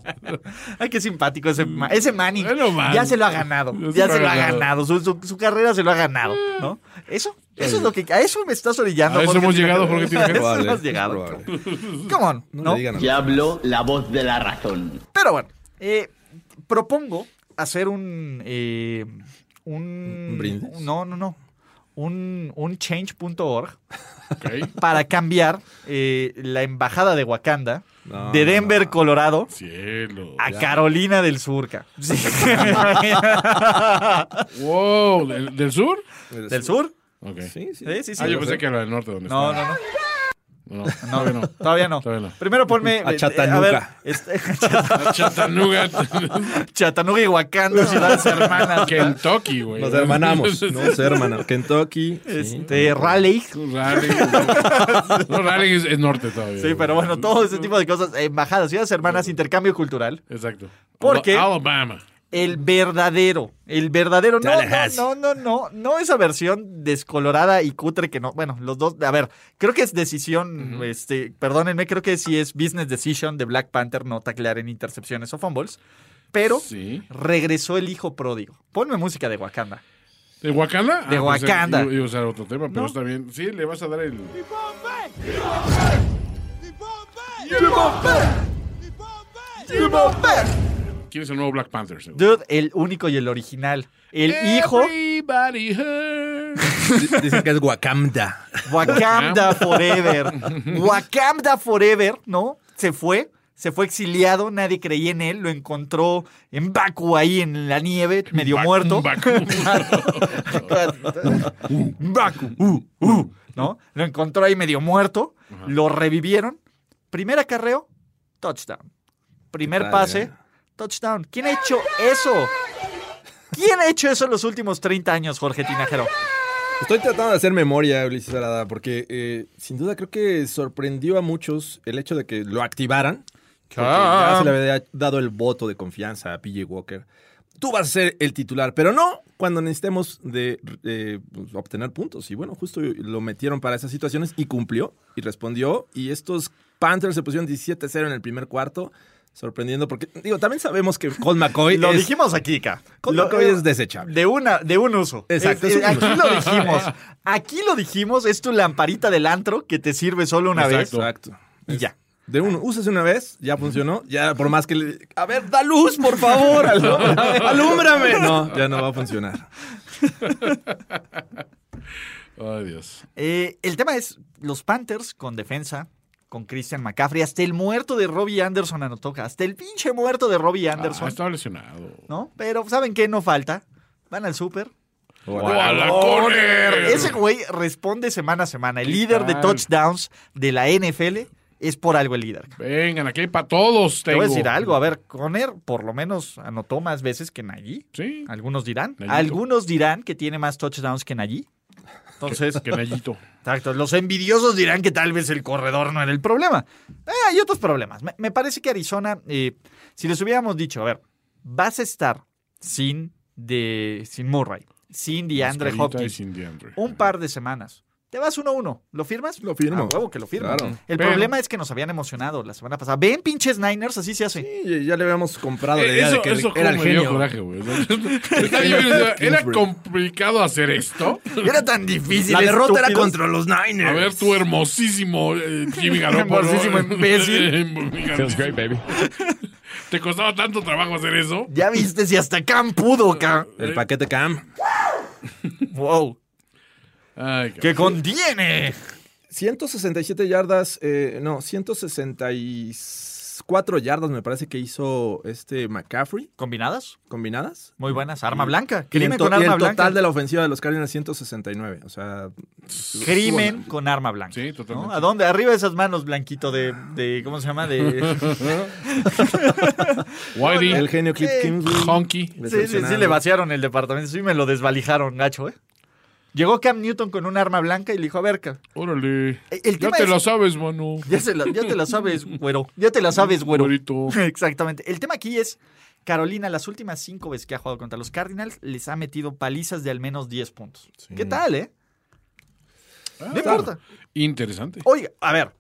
B: Ay, qué simpático ese, ma- ese Manning.
C: Bueno, man.
B: Ya se lo ha ganado.
C: Ya se
B: Ya
C: lo
B: se
C: ha
B: lo ha
C: ganado.
B: ganado. Su, su- su carrera se lo ha ganado, ¿no? Eso, eso es lo que. A eso me estás orillando.
C: Mm. A eso
B: Jorge
C: hemos
B: Tinajero.
C: llegado, Jorge
B: A
C: Tinajero.
B: eso
D: Probable,
B: hemos llegado.
D: probable.
B: Come on,
D: No,
B: ¿no?
D: le digan a
F: Que habló la voz de la razón.
B: Pero bueno, eh, propongo hacer un. eh, un,
D: ¿Un brindis?
B: No, no, no. Un, un change.org
C: Ok.
B: para cambiar eh, la embajada de Wakanda
D: No,
B: de Denver, Colorado.
C: Cielo.
B: A Carolina del Surca.
C: Wow, ¿del, del sur?
B: ¿Del sur?
C: Ok.
D: Sí, sí.
B: Sí, sí, sí.
C: Ah, yo pensé que era del norte donde
B: No,
C: estaba.
B: no, no.
C: No, todavía no.
B: Todavía no.
C: Todavía no.
B: Primero ponme.
D: A
B: eh,
D: Chattanooga.
B: ver, este- Chat-
C: Chattanooga,
B: Chattanooga y Wakanda, ciudades hermanas.
C: Kentucky, güey.
D: Nos hermanamos. Nos hermanamos. Kentucky. sí.
B: Este, Raleigh.
C: Raleigh. No, Raleigh es, es norte todavía.
B: Sí,
C: güey.
B: pero bueno, todo ese tipo de cosas. Embajadas, ciudades hermanas, intercambio cultural.
C: Exacto.
B: Porque-
C: Alabama.
B: El verdadero. El verdadero. No,
D: Tallahassee.
B: no, no, no, no. No esa versión descolorada y cutre que no. Bueno, los dos. A ver, creo que es decisión. este, perdónenme, creo que sí es business decision de Black Panther no taclear en intercepciones o fumbles. Pero
C: Sí.
B: regresó el hijo pródigo. Ponme música de Wakanda.
C: ¿De Wakanda?
B: De
C: pensé-
B: Wakanda.
C: Iba, iba a usar otro tema, pero está bien. Sí, le vas a dar el. ¿Quién es el nuevo Black Panther? seguro?
B: Dude, el único y el original. El
C: Eh,
B: hijo
C: Everybody hurts.
D: Di- Dicen que es Wakanda.
B: Wakanda Forever. Wakanda Forever, ¿no? Se fue, se fue exiliado, nadie creía en él, lo encontró en Baku ahí en la nieve, medio
C: Bac-
B: muerto.
C: bac-
B: Baku, uh, uh, ¿no? Lo encontró ahí medio muerto, lo revivieron. Primer acarreo, touchdown. Primer
D: tal,
B: pase,
D: eh?
B: touchdown. ¿Quién ha hecho eso? ¿Quién ha hecho eso en los últimos 30 años, Jorge Tinajero?
D: Estoy tratando de hacer memoria, Ulises Arada, porque eh, sin duda creo que sorprendió a muchos el hecho de que lo activaran. Porque ya
B: Ah.
D: se le había dado el voto de confianza a PJ Walker. Tú vas a ser el titular, pero no cuando necesitemos de eh, pues, obtener puntos. Y bueno, justo lo metieron para esas situaciones y cumplió y respondió. Y estos Panthers se pusieron 17-0 en el primer cuarto, sorprendiendo porque, digo, también sabemos que Colt McCoy,
B: Lo
D: es,
B: dijimos aquí, Ka.
D: Colt
B: Lo-
D: McCoy es desechable.
B: De, una, de un uso.
D: Exacto,
B: Es-
D: es un
B: aquí
D: uso.
B: lo dijimos. Aquí lo dijimos, es tu lamparita del antro que te sirve solo una vez.
D: Exacto.
B: Y ya.
D: De
C: Ah.
D: uno, usas una vez, ya funcionó, ya por más que le... A ver, da luz, por favor, alúmbrame. alúmbrame. No, ya no va a funcionar.
C: Ay, Dios.
B: Eh, el tema es, los Panthers con defensa, con Christian McCaffrey, hasta el muerto de Robbie Anderson anotó, hasta el pinche muerto de Robbie
C: Ah,
B: Anderson,
C: estaba lesionado.
B: ¿no? Pero ¿saben qué? No falta. Van al súper.
C: ¡O a la corner!
B: Ese güey responde semana a semana. El líder de
C: tal?
B: touchdowns de la NFL es por algo el líder.
C: Vengan, aquí hay para todos.
B: Te voy a
C: tengo.
B: decir algo, a ver, Conner por lo menos anotó más veces que Nagy.
C: Sí.
B: Algunos dirán.
C: Nayito.
B: Algunos dirán que tiene más touchdowns que Nagy. Entonces,
C: Que Nayito.
B: exacto, los envidiosos dirán que tal vez el corredor no era el problema. Eh, hay otros problemas. Me, me parece que Arizona, eh, si les hubiéramos dicho, a ver, vas a estar sin, de, sin Murray, sin DeAndre
C: Mascarita y
B: Hopkins,
C: sin DeAndre.
B: un par de semanas. Te vas uno a uno. ¿Lo firmas?
D: Lo firmo.
B: A huevo que lo firmo.
D: Claro.
B: El
C: Pero-
B: problema es que nos habían emocionado la semana pasada. Ven, pinches Niners, así se hace.
D: Sí, ya le habíamos comprado la
C: Eh,
D: idea
C: Eso,
D: de que
C: eso
D: era el
C: como me dio
D: genio.
C: coraje, güey. Está bien, o sea, Era complicado hacer esto.
B: Era tan difícil.
D: La derrota era
B: estúpidos.
D: contra los Niners.
C: A ver, tu hermosísimo eh, Jimmy Garoppolo.
B: Hermosísimo
C: imbécil.
J: Feels great, baby.
C: ¿Te costaba tanto trabajo hacer eso?
B: Ya viste si hasta Cam pudo, Cam.
D: El paquete Cam.
B: Wow.
C: Ay, cabrón.
B: ¡Que contiene!
D: 167 yardas, eh, no, 164 yardas me parece que hizo este McCaffrey
B: ¿Combinadas?
D: combinadas.
B: Muy buenas. Arma blanca.
D: Y
B: Crimen
D: en to- y
B: con arma
D: el total
B: blanca.
D: de la ofensiva de los Cardinals 169, o sea, estuvo-
B: Crimen
D: estuvo-
B: con arma blanca.
C: Sí,
B: ¿no?
C: totalmente.
B: ¿A dónde? Arriba esas manos, blanquito de. de ¿Cómo se llama? De.
C: Whitey,
D: El genio Cliff
B: Sí.
D: Kingsbury.
C: Honky.
B: Sí, sí, sí, le vaciaron el departamento. Sí, me lo desvalijaron, gacho, ¿eh? Llegó Cam Newton con un arma blanca y le dijo, a ver, Cam,
C: Órale.
B: El- el
C: ya
B: tema
C: te
B: es-
C: la sabes, mano.
B: ya, se la- ya te la sabes, güero. Ya te la sabes, güero.
C: Güerito.
B: Exactamente. El tema aquí es, Carolina, las últimas cinco veces que ha jugado contra los Cardinals, les ha metido palizas de al menos 10 puntos. ¿Qué tal, eh? no importa.
C: Interesante.
B: Oiga, a ver.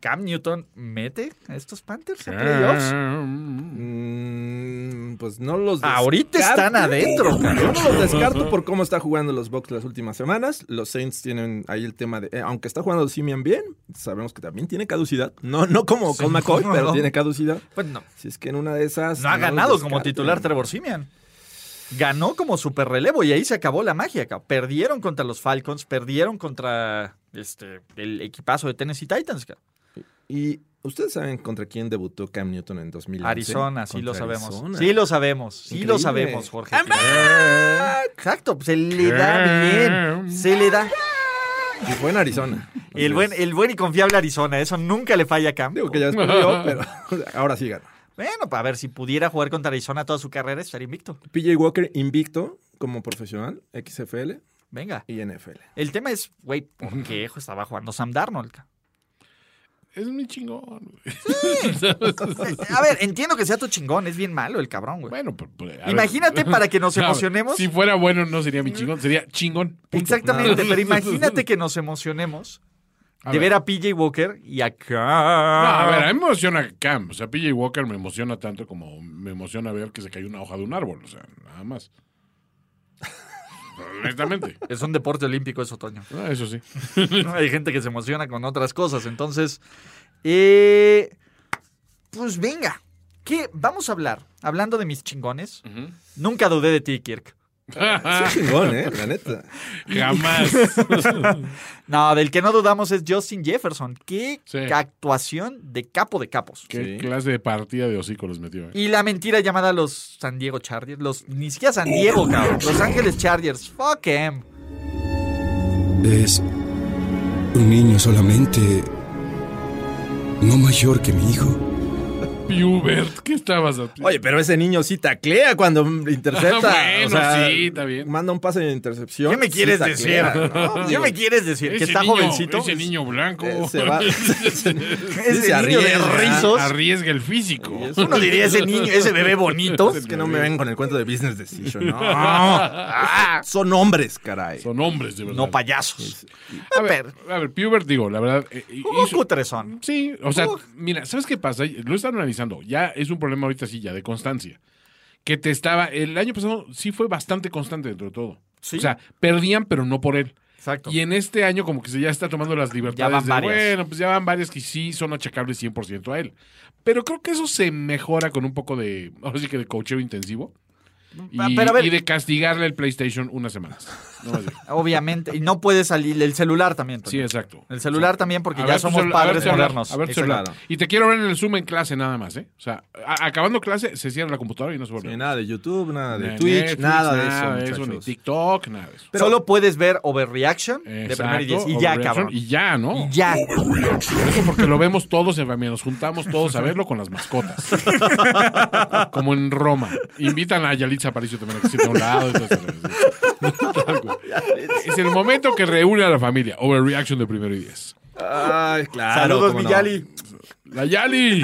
B: Cam Newton mete a estos Panthers a playoffs.
C: Ah.
D: Mm, pues no los
B: Ah, Ahorita
D: descarto.
B: están adentro. Cam.
D: Yo no los descarto por cómo está jugando los Bucks las últimas semanas. Los Saints tienen ahí el tema de. eh, aunque está jugando Simian bien, sabemos que también tiene caducidad. No, no como
B: Sí,
D: con McCoy,
B: no,
D: pero
B: no.
D: tiene caducidad.
B: Pues no.
D: Si es que en una de esas.
B: No ha
D: Pues los
B: ganado como
D: descarten.
B: titular Trevor Simian. Ganó como super relevo y ahí se acabó la magia. cabrón. Perdieron contra los Falcons, perdieron contra este, el equipazo de Tennessee Titans. cabrón.
D: Y ustedes saben contra quién debutó Cam Newton en 2000.
B: Arizona, sí lo sabemos. Sí lo sabemos, sí lo
D: Increíble.
B: sabemos, Jorge. Exacto, pues, se le da bien. Se le da.
D: Y fue en Arizona.
B: El buen, el buen y confiable Arizona, eso nunca le falla a Cam.
D: Digo que ya después yo, pero ahora sí gana.
B: Bueno, para ver si pudiera jugar contra Arizona toda su carrera, estaría invicto.
D: PJ Walker invicto como profesional, XFL
B: Venga.
D: y NFL.
B: El tema es, güey, ¿por qué estaba jugando Sam Darnold? cabrón?
C: Es muy chingón. güey.
B: A ver, entiendo que sea tu chingón, es bien malo el cabrón, güey.
C: Bueno, pues, pues, a ver.
B: Imagínate para que nos
C: No,
B: emocionemos.
C: Si fuera bueno, no sería mi chingón, sería chingón.
B: Exactamente,
C: No.
B: pero imagínate que nos emocionemos
C: A
B: de
C: ver.
B: ver a PJ Walker y a Cam.
C: No, a ver, a mí me emociona Cam. O sea, PJ Walker me emociona tanto como me emociona ver que se cayó una hoja de un árbol. O sea, nada más. Honestamente.
B: Es un deporte olímpico, es otoño.
C: Ah, eso sí.
B: ¿no? Hay gente que se emociona con otras cosas. Entonces, eh, pues venga, ¿qué vamos a hablar? Hablando de mis chingones, nunca dudé de ti, Kirk.
D: Chingón, ¿eh? La neta.
C: Jamás.
B: No, del que no dudamos es Justin Jefferson. Qué
C: Sí.
B: actuación de capo de capos.
C: Qué
D: Sí.
C: clase de partida de hocico los metió. eh.
B: Y la mentira llamada los San Diego Chargers. Los, ni siquiera San Diego, cabrón. Los Ángeles Chargers. Fuck em.
K: Es un niño solamente, no mayor que mi hijo.
C: Pubert, ¿qué estabas a
D: Oye, pero ese niño sí taclea cuando intercepta.
C: Bueno,
D: o sea,
C: sí, está bien.
D: Manda un pase de intercepción.
B: ¿Qué me
D: sí
B: quieres decir?
D: taclea, ¿no?
B: ¿Qué me quieres decir? Que
C: Ese
B: está
C: niño-
B: jovencito. pues,
C: Ese niño blanco.
D: Eh, se va.
B: Ese
D: se
B: niño de
D: arriesga.
B: rizos.
C: Arriesga el físico.
D: Y eso-
B: Uno diría ese niño, ese bebé bonito.
D: Es que no me ven con el cuento de Business Decision. No. Ah, Son hombres, caray.
C: Son hombres, de verdad.
B: No payasos.
C: a ver, a ver, Pubert, digo, la verdad. eh,
B: Un
C: hizo-
B: Uh, cutrezón.
C: Sí, o sea,
B: Uf.
C: mira, ¿sabes qué pasa? Lo están analizando. Ya es un problema ahorita sí, ya de constancia. Que te estaba. El año pasado sí fue bastante constante dentro de todo.
B: Sí.
C: O sea, perdían, pero no por él.
B: Exacto.
C: Y en este año como que se ya está tomando las
B: Ya van
C: libertades de,
B: varias.
C: bueno, pues ya van varias que sí son achacables 100% a él. Pero creo que eso se mejora con un poco de, ahora sí que de cocheo intensivo. Y,
B: Ah, pero a ver.
C: y de castigarle el PlayStation unas semanas. No más bien.
B: Obviamente. Y no puede salir el celular también. Toño.
C: Sí, exacto.
B: El celular también, porque
C: A
B: ya
C: ver tu
B: somos
C: celu- a ver
B: padres
C: tu celular,
B: modernos.
C: A ver tu
B: Exacto.
C: celular. Y te quiero ver en el Zoom en clase nada más, ¿eh? O sea, a- acabando clase se cierra la computadora y no se vuelve.
D: Ni nada de YouTube, nada de
C: Ni
D: Twitch,
C: Netflix,
D: nada de eso.
C: ni
D: muchachos.
C: TikTok, nada de eso.
B: Solo puedes ver Overreaction de
C: Exacto,
B: primero y diez. Y ya,
C: overreaction,
B: cabrón.
C: Y ya, ¿no?
B: Y ya.
C: Eso porque lo vemos todos en familia, nos juntamos todos a verlo con las mascotas. Como en Roma. Invitan a Yalitza Aparicio también a que sienta a un lado. y todo eso. Tal cual. es el momento que reúne a la familia. Overreaction de primero y diez.
D: Ay, claro.
B: Saludos,
D: cómo no.
B: Miyali.
C: ¡La Yali!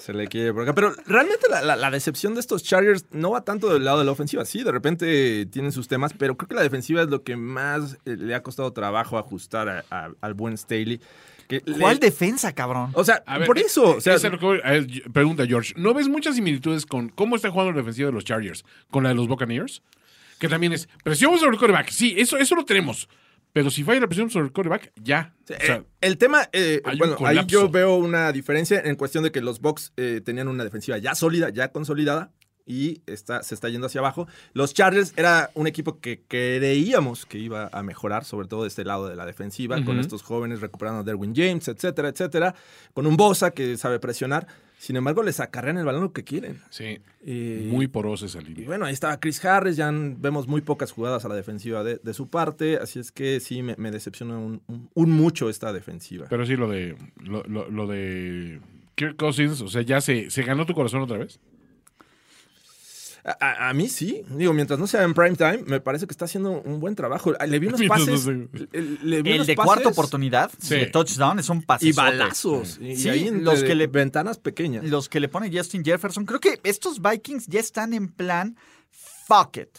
D: Se le quiere por acá. Pero realmente la, la- la decepción de estos Chargers no va tanto del lado de la ofensiva. Sí, de repente tienen sus temas, pero creo que la defensiva es lo que más eh, le ha costado trabajo ajustar a- a- al buen Staley. Que le-
B: ¿Cuál defensa, cabrón?
D: O sea,
C: A ver,
D: por eso. O sea,
C: esa es lo que voy- a ver, yo- pregunta George, ¿no ves muchas similitudes con cómo está jugando la defensiva de los Chargers con la de los Buccaneers? Que también es presión sobre el coreback. Sí, eso, eso lo tenemos. Pero si falla la presión sobre el coreback, ya. O sea,
D: Eh, el tema, eh,
C: hay un
D: bueno, ahí
C: colapso.
D: yo veo una diferencia en cuestión de que los Bucks eh, tenían una defensiva ya sólida, ya consolidada y está, se está yendo hacia abajo. Los Chargers era un equipo que creíamos que iba a mejorar, sobre todo de este lado de la defensiva, con
C: Ujú.
D: estos jóvenes recuperando a Derwin James, etcétera, etcétera, con un Bosa que sabe presionar. Sin embargo, les acarrean el balón lo que quieren.
C: sí,
D: Eh,
C: muy porosa esa línea.
D: y bueno, ahí estaba Chris Harris, ya n- vemos muy pocas jugadas a la defensiva de, de su parte, así es que sí, me, me decepciona un, un- un mucho esta defensiva.
C: Pero sí, lo de. Lo, lo- lo de. Kirk Cousins, o sea, ya se, se ganó tu corazón otra vez.
B: Pues
D: A, a- a mí sí, digo, mientras no sea en prime time, me parece que está haciendo un buen trabajo. Ah, Le vi unos
C: Mientras
D: pases,
C: no
D: le- le vi
B: El
D: unos
B: de
D: pases
B: cuarta oportunidad,
C: Sí.
B: de touchdown, es un
D: y
B: pasesote.
D: balazos. Y,
B: Sí,
D: los que le ventanas pequeñas.
B: Los que le pone Justin Jefferson. Creo que estos Vikings ya están en plan fuck it.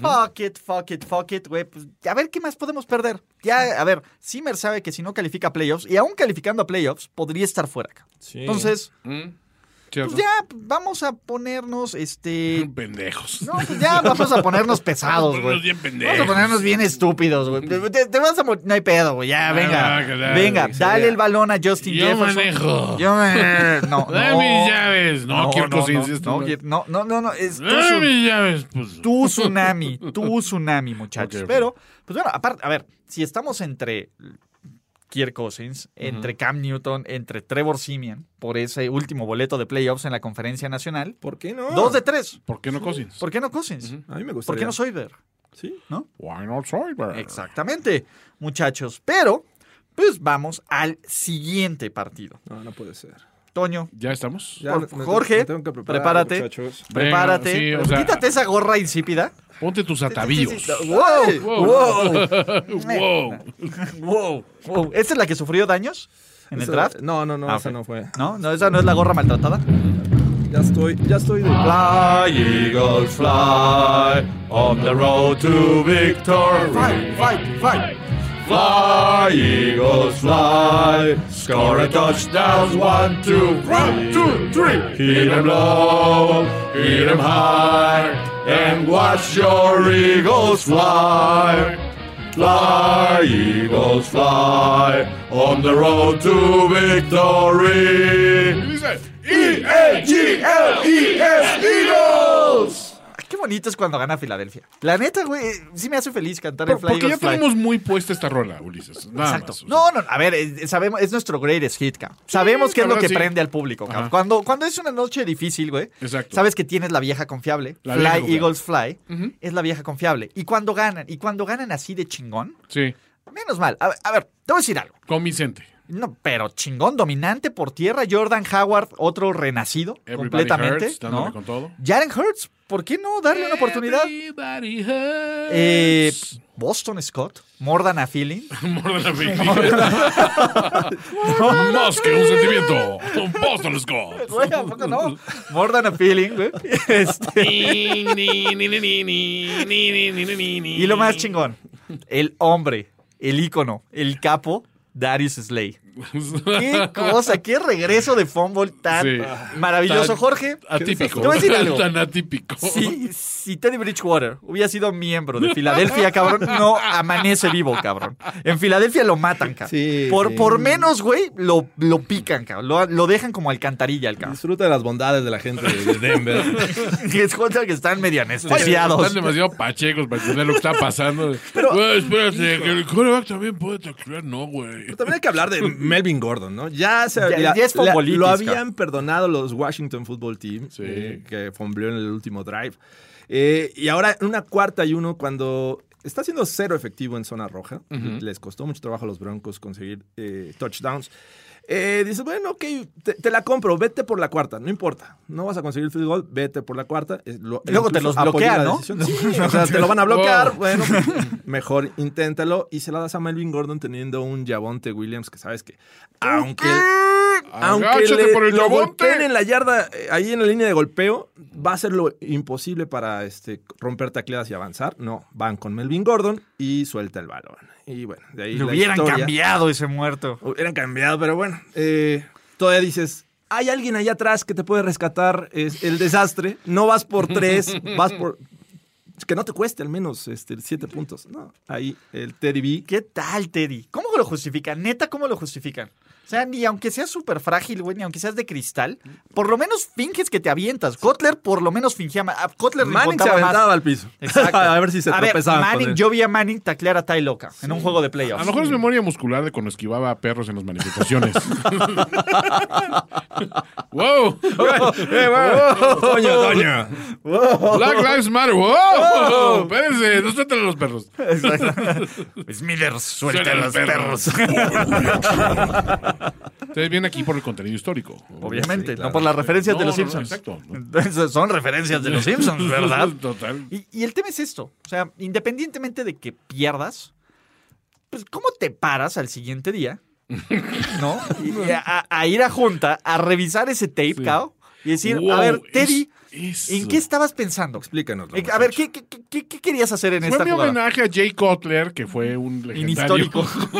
B: Fuck it, fuck it, fuck it, güey. Pues, a ver qué más podemos perder. Ya, a ver, Zimmer sabe que si no califica a playoffs, y aún calificando a playoffs, podría estar fuera acá. Entonces,
C: ¿Cierto?
B: pues ya vamos a ponernos este.
C: Pendejos.
B: No, pues ya vamos a ponernos pesados,
C: Ponernos
B: güey.
C: bien pendejos.
B: Vamos a ponernos bien estúpidos, güey. Te, te vas a mo- No hay pedo, güey. Ya,
C: Ah,
B: venga.
C: que dale,
B: venga,
C: que
B: dale
C: sea.
B: el balón a Justin
C: Yo
B: Jefferson.
C: manejo.
B: Yo me- No,
C: Dame
B: no.
C: mis llaves. No, Kirk
B: no,
C: Cousins,
B: no,
C: esto
B: no,
C: no.
B: Kirk- no, no, no, no, es tu,
C: Ah,
B: tsu-
C: mis llaves, pues.
B: tu tsunami, tu tsunami, muchachos.
C: Ok, ok.
B: Pero, pues bueno, aparte, a ver, si estamos entre Kirk Cousins, entre Cam Newton, entre Trevor Simeon, por ese último boleto de playoffs en la conferencia nacional,
D: ¿Por qué
C: Ah.
D: no?
B: dos de tres.
C: ¿Por qué no Cousins?
B: ¿Por qué no Cousins?
D: A mí me gustaría.
B: ¿Por qué no Soyber?
D: Sí.
C: Why not Soyber?
B: Exactamente, muchachos. Pero, pues vamos al siguiente partido.
D: No, no puede ser.
B: Toño,
C: ¿Ya estamos?
D: Ya
B: Por-
D: me- me-
B: Jorge,
D: me tengo que preparar,
B: prepárate.
D: muchachos.
C: Venga,
B: prepárate.
C: sí, o sea,
B: Quítate esa gorra insípida.
C: Ponte tus atavíos.
B: ¡Wow!
C: Wow.
B: ¡Wow!
C: wow.
B: ¡Wow! wow. ¿Esta es la que sufrió daños en el
D: Esa-
B: draft?
D: No, no, no,
B: Ah,
D: esa
B: ok.
D: no fue.
B: No, no, esa no es la gorra maltratada.
D: Ya estoy, ya estoy de.
B: Ah. Fly, Eagles, fly on the road to victory. Fight, fight, fight.
I: Fly, Eagles, fly. Score a touchdown. One, two, one, two, three. Hit 'em low, hit 'em high. And watch your Eagles fly. Fly, Eagles, fly. On the road to victory.
B: E
I: E-A-G-L-E-S, Eagles!
B: Qué bonito es cuando gana Filadelfia. La neta, güey, sí me hace feliz cantar el
C: Por-
B: Fly.
C: porque ya
B: Eagles, Fly.
C: tenemos muy puesta esta rola, Ulises. Nada
B: Exacto.
C: más, o sea.
B: No, no, a ver, es, es- sabemos, es nuestro greatest hit, cabrón. sabemos qué es
C: la
B: lo que
C: verdad, sí.
B: prende al público, cabrón.
C: Ajá.
B: Cuando, cuando es una noche difícil, güey,
C: Exacto.
B: sabes que tienes la vieja confiable.
C: La
B: fly
C: vieja confiable.
B: Eagles Fly es la vieja confiable. Y cuando ganan, y cuando ganan así de chingón,
C: Sí,
B: menos mal. A, ver, a ver, te voy a decir algo.
C: convincente.
B: No, pero chingón, dominante por tierra. Jordan Howard, otro renacido
C: Everybody
B: completamente.
C: Hurts, dándole
B: ¿no?
C: con todo.
B: Jaren Hurts, ¿por qué no darle una oportunidad?
C: Everybody hurts.
B: Eh, Boston Scott, more than a feeling.
C: More than a feeling. Más que un sentimiento. Boston Scott.
B: Güey, ¿a poco no? More than a feeling, güey. Este, y lo más chingón, el hombre, el ícono, el capo, Darius Slay. Qué cosa, qué regreso de fumble tan
C: Sí.
B: maravilloso,
C: Tan
B: Jorge.
C: Atípico.
B: Te voy a decir algo.
C: Tan atípico.
B: Si, si Teddy Bridgewater hubiera sido miembro de Filadelfia, cabrón, no amanece vivo, cabrón. En Filadelfia lo matan, cabrón.
D: Sí,
B: por,
D: sí.
B: por menos, güey, lo, lo pican, cabrón. Lo, lo dejan como alcantarilla al cabrón.
D: Disfruta de las bondades de la gente de de Denver.
B: Es cosa que están medio anestesiados.
C: Están demasiado pachecos para entender lo que está pasando. Güey, espérate, que el coreback también puede taclear. No, güey.
D: Pero también hay que hablar de Melvin Gordon, ¿no? Ya se
B: Ya-
D: la-
B: ya es
D: la-
B: futbolitis,
D: Lo
B: cabrón.
D: habían perdonado los Washington Football Team,
C: Sí.
D: eh, que fombleó en el último drive. Eh, y ahora en una cuarta y uno, cuando está siendo cero efectivo en zona roja, les costó mucho trabajo a los Broncos conseguir eh, touchdowns. Eh, dices, bueno, ok, te, te la compro, vete por la cuarta, no importa. No vas a conseguir el field goal, vete por la cuarta. Es lo-
B: Luego te
D: incluso
B: los
D: apoyé
B: bloquean,
D: la
B: ¿no?
D: decisión. Sí, o sea, te lo van a bloquear,
C: Oh.
D: bueno, pues, mejor inténtalo y se la das a Melvin Gordon teniendo un Javonte Williams que sabes que, aunque,
B: Ah,
D: Aunque
C: Agáchate
D: le-
C: por el
D: lo
C: llavonte.
D: golpeen en la yarda, eh, ahí en la línea de golpeo, va a ser lo imposible para este, romper tacleadas y avanzar. No, van con Melvin Gordon y suelta el balón. Y bueno, de ahí
B: Le
D: la
B: hubieran
D: historia.
B: cambiado ese muerto.
D: Hubieran cambiado, pero bueno. eh, todavía dices, hay alguien allá atrás que te puede rescatar es el desastre. No vas por tres, vas por... Que no te cueste al menos este, siete puntos. No, ahí el Teddy B.
B: ¿Qué tal, Teddy? ¿Cómo lo justifican? Neta, ¿cómo lo justifican? O sea, ni aunque seas súper frágil, güey, ni aunque seas de cristal, por lo menos finges que te avientas. Kotler por lo menos fingía más. A Kotler le
D: Manning se
B: importaba más.
D: aventaba al piso.
B: Exacto.
D: a ver si se
B: A ver,
D: tropezaban con
B: Manning,
D: él.
B: yo vi a Manning taclear a Ty Loca en un juego de
C: A
B: playoffs.
C: lo mejor es memoria muscular de cuando esquivaba a perros en las manifestaciones. ¡Wow!
D: Eh, bueno. Toño, Toño.
C: Black Lives Matter. ¡Wow! Espérense, no suelten a los perros.
B: Smithers, Pues suelta,
C: Suelta
B: a
C: a
B: los
C: los
B: perros.
C: Ustedes vienen aquí por el contenido histórico.
B: Obviamente,
D: Sí, claro.
B: no por las referencias de
C: No,
B: los
C: no, no,
B: Simpsons.
C: exacto.
B: Entonces, son referencias de los Simpsons, ¿verdad?
C: Total.
B: Y, y el tema es esto. O sea, independientemente de que pierdas, pues, ¿cómo te paras al siguiente día? ¿No? Y- y a, a ir a junta, a revisar ese tape, Cao, y decir,
C: Wow,
B: a ver, Teddy,
C: es-
B: ¿en qué estabas pensando?
D: Explícanoslo.
B: Eh, A ver, ¿qué, qué, qué- qué querías hacer en
C: Fue
B: esta
C: mi
B: jugada?
C: homenaje a Jay Cutler, que fue un legendario.
B: Histórico.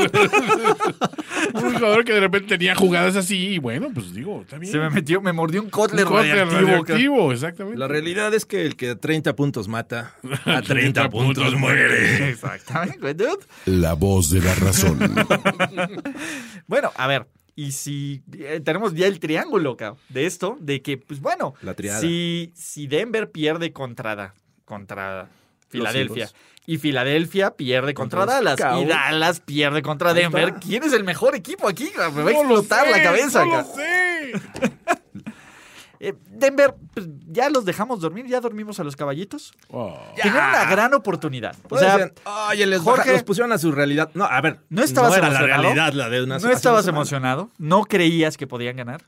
C: un jugador que de repente tenía jugadas así y bueno, pues digo, está bien.
B: Se me metió, me mordió un Kotler,
C: Un Cutler
B: radiactivo,
C: radioactivo, exactamente.
D: La realidad es que el que a 30 puntos mata, a
C: 30 puntos
B: ca- Exactamente, güey, dude.
A: La voz de la razón.
B: Bueno, a ver, y si eh, tenemos ya el triángulo cabrón, de esto, de que, pues bueno,
D: La triada.
B: si, si Denver pierde contra, Da- contra Filadelfia
D: Eagles.
B: y Filadelfia pierde contra,
D: Contra los
B: Dallas y
D: Cowboys.
B: Dallas pierde contra
D: Ahí
B: Denver,
D: está.
B: ¿quién es el mejor equipo aquí? cabrón? Me va a
C: No lo
B: explotar
C: sé,
B: la cabeza.
C: No lo
B: cabrón.
C: sé.
B: Eh, Denver, pues, ya los dejamos dormir, ya dormimos a los caballitos.
C: Oh.
B: Tenían una gran oportunidad. O sea,
D: oye, les
B: Jorge-
D: baja- los pusieron a su realidad. No, a ver.
B: ¿No estabas
D: era la
B: emocionado?
D: realidad la de una
B: no estabas emocionado, no creías que podían ganar.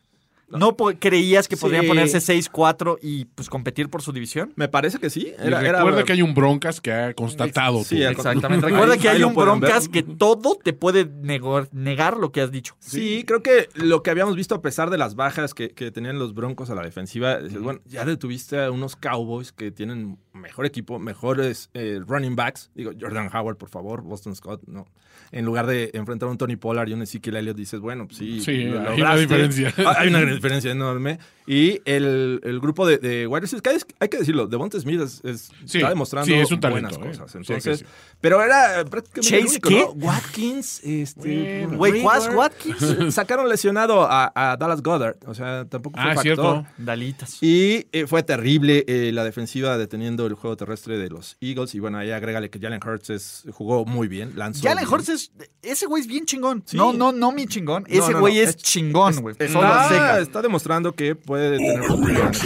B: No po- creías que
D: Sí.
B: podrían ponerse 6-4 y pues competir por su división.
D: Me parece que sí.
C: Y recuerda que hay un broncas que ha constatado.
D: Sí,
C: tú.
D: exactamente.
B: Recuerda que
D: Ahí
B: hay
D: lo
B: un
D: pueden ver.
B: broncas que todo te puede negar, negar lo que has dicho.
D: Sí, creo que lo que habíamos visto, a pesar de las bajas que, que tenían los Broncos a la defensiva, dices, bueno, ya detuviste a unos Cowboys que tienen mejor equipo, mejores eh, running backs. Digo, Jordan Howard, por favor, Boston Scott, no. En lugar de enfrentar a un Tony Pollard y un Ezekiel Elliott, dices, bueno, pues sí.
C: Sí,
D: lo
C: hay una
D: lograste.
C: diferencia.
D: Ah, Hay una gran diferencia enorme. Y el, el grupo de, de wide receivers, que hay, hay que decirlo, Devonta Smith es- es-
C: Sí,
D: está demostrando
C: sí, es un talento,
D: buenas
C: eh.
D: cosas.
C: Sí, hay que
D: Entonces,
C: decirlo.
D: pero era eh, prácticamente el
B: Chase,
D: único,
B: ¿qué? Mm,
D: ¿no? Watkins, este...
B: Güey, ¿cuás
D: Rager.
B: Watkins?
D: Sacaron lesionado a, a Dallas Goddard. O sea, tampoco fue
C: Ah,
D: factor.
C: cierto.
B: Dalitas.
D: Y eh, fue terrible eh, la defensiva deteniendo el juego terrestre de los Eagles. Y bueno, ahí agrégale que Jalen Hurts es- jugó muy bien. Lanzó
B: Jalen
D: bien.
B: Hurts es- ese güey es bien chingón.
D: Sí.
B: No, no, no mi chingón.
D: No,
B: Ese
D: no,
B: güey
D: no.
B: es,
D: Es-
B: chingón, güey. Solo
D: Está,
B: seca.
D: está demostrando que puede detener. oportunidades.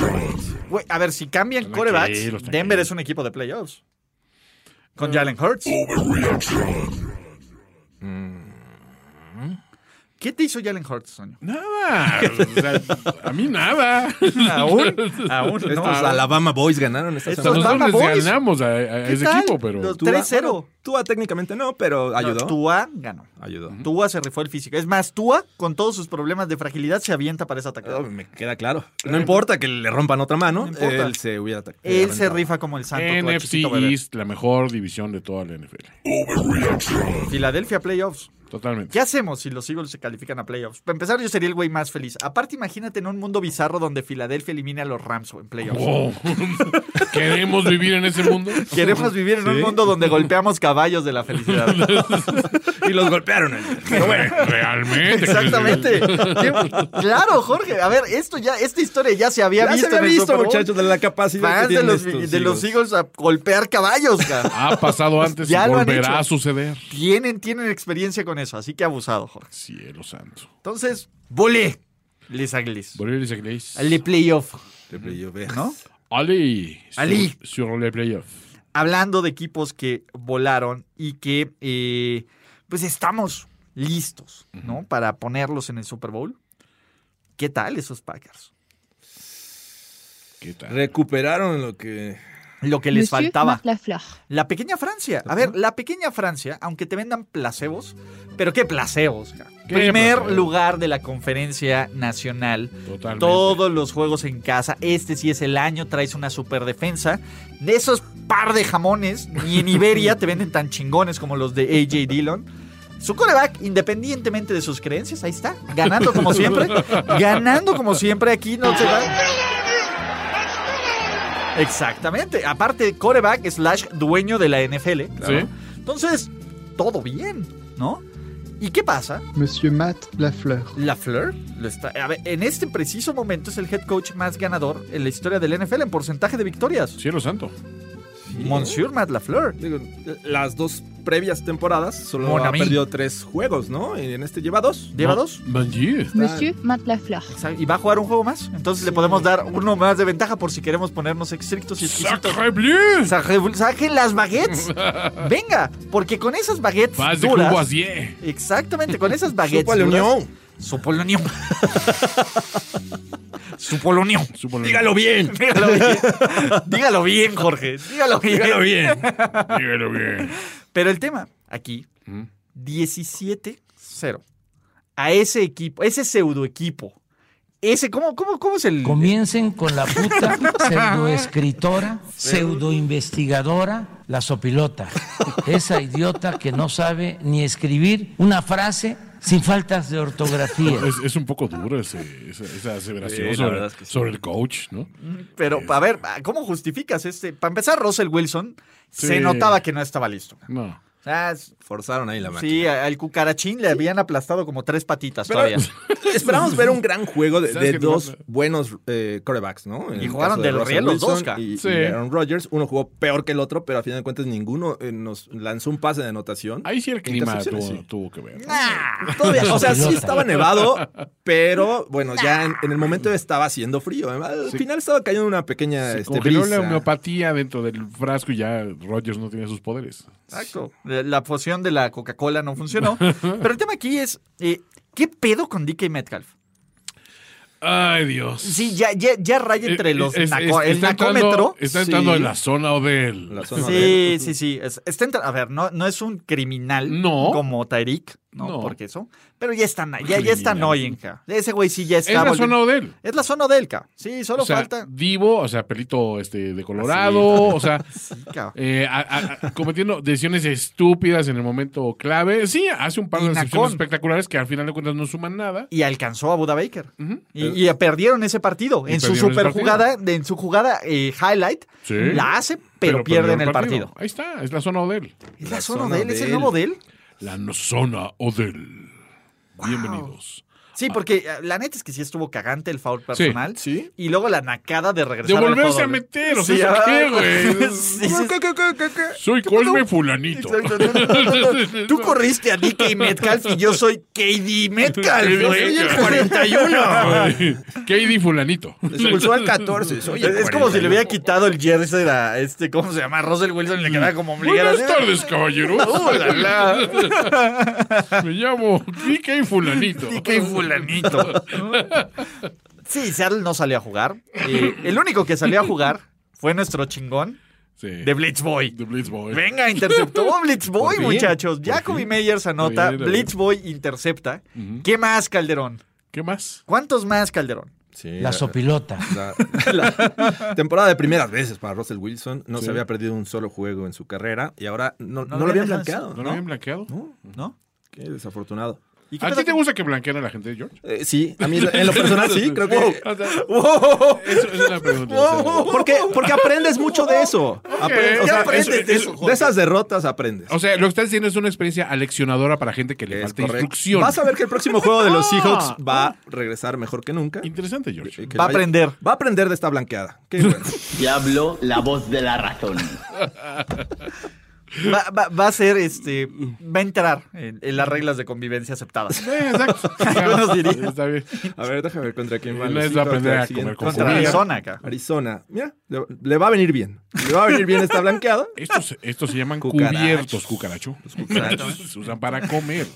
B: Güey, a ver, si cambian
C: Tranquilos,
B: corebacks, Denver
C: tranquilos.
B: es un equipo de playoffs. Con Jalen Hurts. Mm. ¿Qué te hizo Jalen Hurts, Soño?
C: Nada. O sea, a mí nada.
B: Aún, aún, no.
D: Estos Alabama Boys ganaron esta
B: Estos
C: O sea,
D: semana.
B: Los Bama
C: nosotros
B: Boys.
C: les ganamos a, a
B: ¿Qué
C: ese
B: tal?
C: equipo, pero.
B: Los-
D: Tua-
B: 3-0.
D: bueno, Tua técnicamente no, pero ayudó.
B: No, Tua ganó.
D: Ayudó.
B: Tua se rifó el físico. Es más, Tua, con todos sus problemas de fragilidad, se avienta para esa
D: Oh,
B: atacada.
D: me queda claro. No importa que le rompan otra mano,
B: No importa.
D: él se hubiera atacado.
B: Él se rifa como el santo. Tua,
C: NFC
B: chiquito bebé.
C: East, la mejor división de toda la NFL.
B: Filadelfia Playoffs.
C: Totalmente.
B: ¿Qué hacemos si los Eagles se califican a playoffs? Para empezar, yo sería el güey más feliz. Aparte, imagínate en un mundo bizarro donde Filadelfia elimina a los Rams en playoffs.
C: Wow. ¿Queremos vivir en ese mundo?
B: Queremos vivir en un mundo donde golpeamos caballos de la felicidad.
D: Y los golpearon.
C: Pero bueno, realmente.
B: Exactamente. Qué- Claro, Jorge. A ver, esto ya, esta historia ya se había
D: Ya
B: visto.
D: se había
B: en el
D: visto,
B: Super Bowl.
D: muchachos, de la capacidad
B: Fans
D: que
B: de
D: tienen
B: los,
D: estos
B: de los Eagles a golpear caballos, cara.
C: Ha pasado antes
B: Ya
C: y
B: lo han hecho.
C: volverá a suceder.
B: tienen, tienen experiencia con eso, así que abusado, Jorge.
C: Cielo santo.
B: Entonces, volé. Les aglis.
C: Volver a Iglesias.
B: Le playoff, ¿no?
C: Ali. Sur-
B: Ali.
C: Sur le playoff.
B: hablando de equipos que volaron y que eh, pues estamos listos, ¿no? Para ponerlos en el Super Bowl. ¿Qué tal esos Packers?
C: ¿Qué tal?
D: Recuperaron lo que
B: lo que les
J: Monsieur
B: faltaba.
J: Lafleur.
B: La pequeña Francia. A ver, la pequeña Francia, aunque te vendan placebos, pero qué placebos. cara?
C: ¿Qué
B: Primer
C: placebo?
B: lugar de la conferencia nacional.
C: Totalmente.
B: Todos los juegos en casa. Este sí es el año, traes una super defensa. De esos par de jamones, ni en Iberia te venden tan chingones como los de AJ Dillon. Su coreback, independientemente de sus creencias, ahí está, ganando como siempre. ganando como siempre aquí, no se va. Exactamente. Aparte, coreback slash dueño de la NFL.
C: Claro.
B: Entonces, todo bien, ¿no? ¿Y qué pasa?
L: Monsieur Matt Lafleur.
B: Lafleur lo está. A ver, en este preciso momento es el head coach más ganador en la historia del NFL en porcentaje de victorias.
C: Cielo santo.
B: Monsieur Matt Lafleur.
D: Digo, las dos previas temporadas solo
B: Mon
D: ha
B: ami.
D: perdido tres juegos, ¿no? Y en este lleva dos.
B: ¿Lleva dos?
J: Monsieur Matt Lafleur.
B: Y va a jugar un juego más. Entonces le podemos dar uno más de ventaja por si queremos ponernos estrictos y exquisitos.
C: ¡Sacre bleu!
B: Sacre bleu. ¡Saquen las baguettes! Venga, porque con esas baguettes
C: Vas de
B: duras...
C: Courvoisier.
B: Exactamente, con esas baguettes
C: Súpale
B: duras-
C: unión.
B: Súpale unión. Súpale unión.
C: Dígalo bien.
B: Dígalo bien. Dígalo bien, Jorge. Dígalo bien.
C: Dígalo bien. Dígalo bien.
B: Pero el tema aquí, 17-0. A ese equipo, ese pseudo equipo. Ese, ¿cómo, cómo, cómo es el.
M: Comiencen con la puta pseudoescritora, pseudoinvestigadora, la sopilota. Esa idiota que no sabe ni escribir una frase sin faltas de ortografía.
C: Es, es un poco duro ese- esa, esa aseveración
D: Sí, la
C: sobre,
D: verdad es que sí.
C: sobre el coach, ¿no?
B: Pero, a ver, ¿cómo justificas este? Para empezar, Russell Wilson se
C: Sí.
B: notaba que no estaba listo.
C: No.
B: O sea, Ah, es-
D: Forzaron ahí la máquina.
B: sí, a- al cucarachín le habían aplastado como tres patitas
D: Pero-
B: todavía.
D: Esperamos ver un gran juego de,
B: ¿Sabes
D: de
B: qué te
D: dos
B: pasa?
D: buenos eh, corebacks, ¿no? En
B: Y
D: el
B: jugaron
D: caso de
B: del
D: Russell
B: riel los dos,
D: Wilson
B: ca.
D: Y,
C: Sí.
D: y Aaron Rodgers, uno jugó peor que el otro, pero a final de cuentas ninguno eh, nos lanzó un pase de anotación.
C: Ahí sí el clima tuvo,
D: Intercepciones, sí. Ah,
C: tuvo que ver.
D: Todavía, o sea, sí
C: Pelota.
D: estaba nevado, pero bueno, ya en, en el momento estaba haciendo frío. Además, Al
C: Sí.
D: final estaba cayendo una pequeña este,
C: Congeló la
D: brisa.
C: homeopatía dentro del frasco y ya Rogers no tenía sus poderes.
B: Exacto. La Eh, la fusión de la Coca-Cola no funcionó. Pero el tema aquí es, eh, ¿qué pedo con DK Metcalf?
C: Ay, Dios.
B: Sí, ya, ya, ya raya entre los
C: Eh, Es- es-
B: naco- el
C: está entrando-
B: nacómetro.
C: está entrando
B: Sí.
C: en la zona Odell. La
B: Sí, sí, sí. Es- está entra- a ver, no, no es un criminal como Tyreek, ¿no,
C: No.
B: Porque eso. Pero ya están, ya, ya están
C: Criminal.
B: hoy en ca. Ese güey sí ya está.
C: Es la
B: volviendo-
C: zona Odell.
B: Es la zona del ca. Sí, solo
C: o sea,
B: falta. Ah,
C: Divo, o sea, pelito este, de Colorado, o sea,
B: cabrón.
C: eh, a- a- a- cometiendo decisiones estúpidas en el momento clave. Sí, hace un par de
B: Y
C: decisiones
B: nacón.
C: espectaculares que al final de cuentas no suman nada.
B: Y alcanzó a Buda Baker. Y, y perdieron ese partido.
C: Y
B: en su
C: perdieron ese
B: super jugada, en su jugada eh, highlight,
C: Sí.
B: la hace, pero, pierden el partido.
C: Ahí está, es la zona Odell.
B: ¿Es la, zona, Odell? ¿Es el nuevo Odell?
C: La no- zona Odell. Bienvenidos.
B: Sí, porque eh, la neta es que sí estuvo cagante el foul personal.
D: Sí.
B: Y luego la nacada de regresar.
C: De
B: al
C: volverse
B: juego.
C: a meter, o
B: Sí,
C: sea, ¿eso
B: ah,
C: ¿qué, güey?
B: sí, sí,
D: ¿Qué, qué, qué, qué, qué?
C: Soy Cosme Fulanito.
B: sí. Tú corriste a DK Metcalf y yo soy KD Metcalf.
C: KD
B: Yo soy el
C: Metcalf.
B: 41.
C: KD Fulanito.
D: Expulsó al 14. Soy el
B: Es como si le hubiera quitado el jersey a este, ¿cómo se llama? Russell Wilson y le quedaba como obligada.
C: Buenas tardes, caballeros. Me llamo DK Fulanito.
B: DK Fulanito. Sí, Seattle no salió a jugar. Eh, el único que salió a jugar fue nuestro chingón de Blitz Boy.
C: De Blitz Boy.
B: Venga, interceptó Blitz Boy,
C: Por fin,
B: muchachos.
C: por
B: Jacoby
C: fin.
B: Meyers anota,
C: Bien, bien.
B: Blitz Boy intercepta.
C: Ujú.
B: ¿Qué más, Calderón?
C: ¿Qué más?
B: ¿Cuántos más, Calderón?
D: Sí,
M: La sopilota.
D: la- la temporada de primeras veces para Russell Wilson. No
C: Sí.
D: se había perdido un solo juego en su carrera y ahora no,
B: No
D: no,
B: lo
D: lo
B: habían
D: habían
B: lanzado,
D: blanqueado.
C: ¿No lo habían blanqueado?
B: ¿No?
D: Qué desafortunado.
B: ¿Y qué
C: ¿A
B: pedo
C: ti te
B: con-
C: gusta que blanquean a la gente, George?
D: Eh, sí, a mí en lo personal sí, creo que...
C: Wow. Eso es una pregunta. o sea.
D: Porque, porque aprendes mucho de eso. Aprendes-
C: ¿Qué
D: o sea,
C: aprendes
D: eso-
C: de
D: eso-
C: eso, Jorge?
D: de esas derrotas aprendes.
C: O sea, lo que estás diciendo es una experiencia aleccionadora para gente que le falta
D: correcto.
C: instrucción.
D: Vas a ver que el próximo juego de los
C: Ah.
D: Seahawks va a regresar mejor que nunca.
C: Interesante, George.
D: Que
B: Va a
D: vaya-
B: aprender.
D: Va a aprender de esta blanqueada. Qué bueno.
F: Diablo, la voz de la razón.
B: Va, va- va a ser este.
C: Mm.
B: Va a entrar en, en las reglas de convivencia aceptadas.
C: Eh, exacto.
B: Algunos dirían.
C: Está bien.
D: A ver, déjame ver contra quién va.
C: No
D: los
C: es va a
D: Seahawks
C: aprender
D: del
C: a comer
D: siguiente-
C: con
B: Contra
C: comida.
B: Arizona, acá.
D: Arizona. Mira, le, le va a venir bien. Le va a venir bien esta blanqueada.
C: Estos, estos se llaman
D: Cucarachos.
C: cubiertos, cucaracho.
D: cucarachos.
C: Se usan para comer.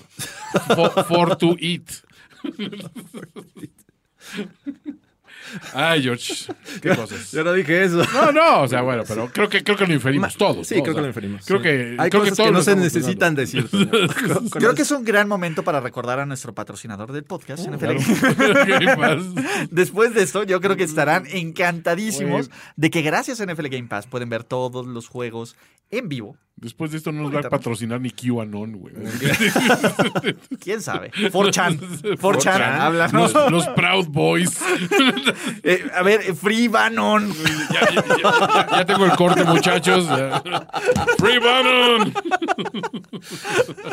C: For, for to eat. Ay, George, qué cosas.
D: Yo no dije eso.
C: No, no, o sea, bueno, pero creo que, creo que lo inferimos
D: Ma-
C: todos.
D: sí,
C: ¿no? O
D: creo que
C: sea,
D: lo inferimos.
C: Creo
D: Sí.
C: que,
D: Hay
C: creo que
D: cosas
C: todos
D: que no
C: lo
D: se
C: estamos
D: necesitan
C: pensando.
D: decir.
B: Creo que es un gran momento para recordar a nuestro patrocinador del
C: Uh,
B: podcast, NFL.
C: Game Pass.
B: Después de esto, yo creo
C: Mm.
B: que estarán encantadísimos de que gracias a NFL Game Pass pueden ver todos los juegos en vivo.
C: Después de esto no nos va a patrocinar ni QAnon, güey.
B: ¿Quién sabe? 4chan. 4chan, háblanos.
C: Los, los Proud Boys.
B: Eh, a ver, Free Bannon.
C: Ya, ya- ya- ya tengo el corte, muchachos. Ya. ¡Free Bannon!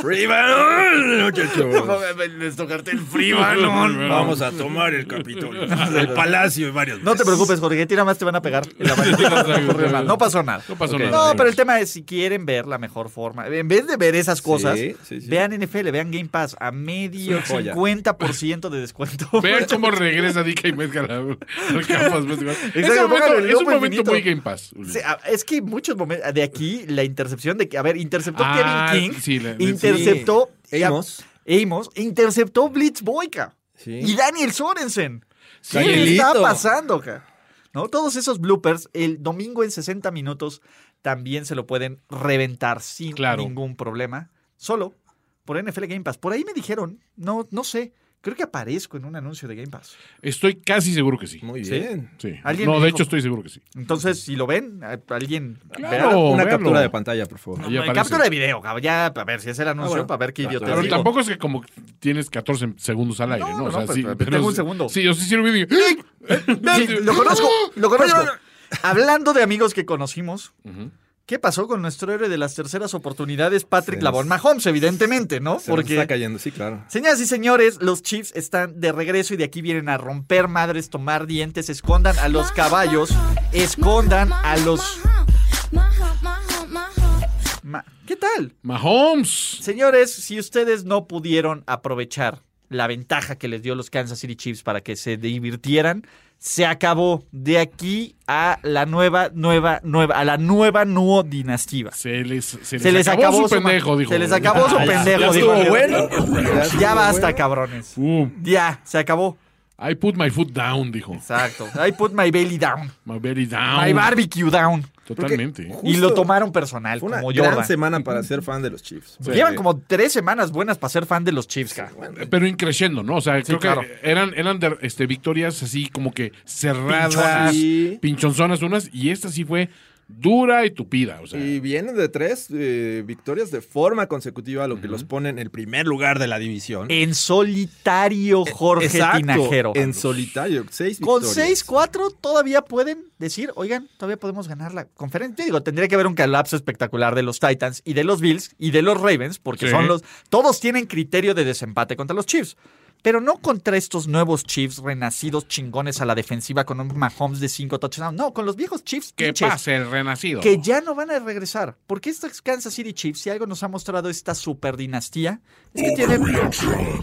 D: ¡Free Bannon, muchachos!
B: Les tocaste el Free Bannon.
D: Vamos a tomar el Capitolio, el Palacio y varios.
B: No te preocupes, Jorge, tira más te van a pegar. en la mano. No ocurrió nada. No pasó nada.
C: No pasó
B: Ok.
C: nada.
B: No, pero el tema es si quieren ver la mejor forma. En vez de ver esas cosas,
D: Sí, sí, sí.
B: vean NFL, vean Game Pass a medio
D: Es una joya.
B: 50% de descuento.
C: Vean cómo regresa DK Metcalf al- al campo después de jugar. Es
B: Exacto,
C: un momento,
B: póngale el
C: es un
B: lomo
C: momento
B: infinito.
C: muy Game Pass. Ulises.
B: Sí, a- es que hay muchos momentos. De aquí, la intercepción de. A ver, interceptó
C: Ah,
B: Kevin King.
C: sí, le- le-
B: interceptó.
D: sí. Amos.
B: Amos, Interceptó Blitz Boyka.
D: Sí.
B: Y Daniel Sorensen. ¿Qué le
D: Danielito.
B: está pasando, ca? ¿No? Todos esos bloopers, el domingo en 60 minutos, también se lo pueden reventar sin
C: Claro.
B: ningún problema. Solo por NFL Game Pass. Por ahí me dijeron, no, no sé. Creo que aparezco en un anuncio de Game Pass.
C: Estoy casi seguro que sí.
D: Muy
B: ¿Sí?
D: bien.
C: Sí.
B: ¿Alguien
C: No,
B: me
C: de
B: dijo?
C: hecho estoy seguro que sí.
B: Entonces, si lo ven, a- alguien
C: Claro.
B: vea.
C: Oh,
D: Una
C: véanlo.
D: captura de pantalla, por favor.
C: Ahí
B: No,
C: aparece.
B: captura de video, cabrón. Ya, a ver si es el anuncio,
D: bueno.
B: para ver qué idiota
C: Pero
B: digo.
C: tampoco es que como tienes 14 segundos al aire, ¿no?
B: No,
C: o sea,
B: no, pues,
C: sí,
B: pero tengo un segundo.
C: Sí, yo sí, sí lo vi. y dije,
B: Sí, lo conozco, lo conozco. Hablando de amigos que conocimos,
C: Ujú.
B: ¿qué pasó con nuestro héroe de las terceras oportunidades, Patrick Lavon Mahomes, evidentemente, ¿no?
D: Se nos
B: Porque
D: está cayendo, sí, claro.
B: Señoras y señores, los Chiefs están de regreso y de aquí vienen a romper madres, tomar dientes, escondan a los caballos, escondan a los... Ma- ¿Qué tal?
C: Mahomes.
B: Señores, si ustedes no pudieron aprovechar la ventaja que les dio los Kansas City Chiefs para que se divirtieran, se acabó de aquí a la nueva, nueva, nueva, a la nueva nuevo dinastía.
C: Se les, se
B: Se
C: les acabó, su
B: ma-
C: pendejo, dijo.
B: Se les acabó su
C: Ah, ya.
B: pendejo,
D: ya
B: dijo.
D: estuvo
B: Leo.
D: bueno.
B: Ya,
D: Ya
B: basta, cabrones.
C: Uh,
B: Ya, se acabó.
C: I put my foot down, dijo.
B: Exacto. I put my belly down.
C: My belly down.
B: My barbecue down.
C: Totalmente.
D: Porque-
B: Y
D: Justo.
B: lo tomaron personal,
D: Fue una
B: como
D: gran
B: Jordan.
D: semana para ser fan de los Chiefs.
B: Llevan como tres semanas buenas para ser fan de los Chiefs, cara.
C: Pero increciendo, ¿no? O sea, creo
B: claro.
C: que eran, eran de- este, victorias así como que cerradas,
D: Pinchonas.
C: pinchonzonas unas, y esta sí fue dura y tupida. O sea,
D: Y vienen de tres eh, victorias de forma consecutiva, lo que los pone en el primer lugar de la división.
B: En solitario, Eh, Jorge
D: E, Exacto,
B: Tinajero.
D: En solitario, seis
B: Con
D: victorias.
B: 6-4 todavía pueden decir, oigan, todavía podemos ganar la conferencia. Digo, tendría que haber un colapso espectacular de los Titans y de los Bills y de los Ravens, porque
C: Sí.
B: son los. Todos tienen criterio de desempate contra los Chiefs. Pero no contra estos nuevos Chiefs renacidos chingones a la defensiva con un Mahomes de 5 touchdowns. No, con los viejos Chiefs
C: que
B: pinches
C: pase el renacido.
B: que ya no van a regresar. Porque estos Kansas City Chiefs, si algo nos ha mostrado esta super dinastía, es que tienen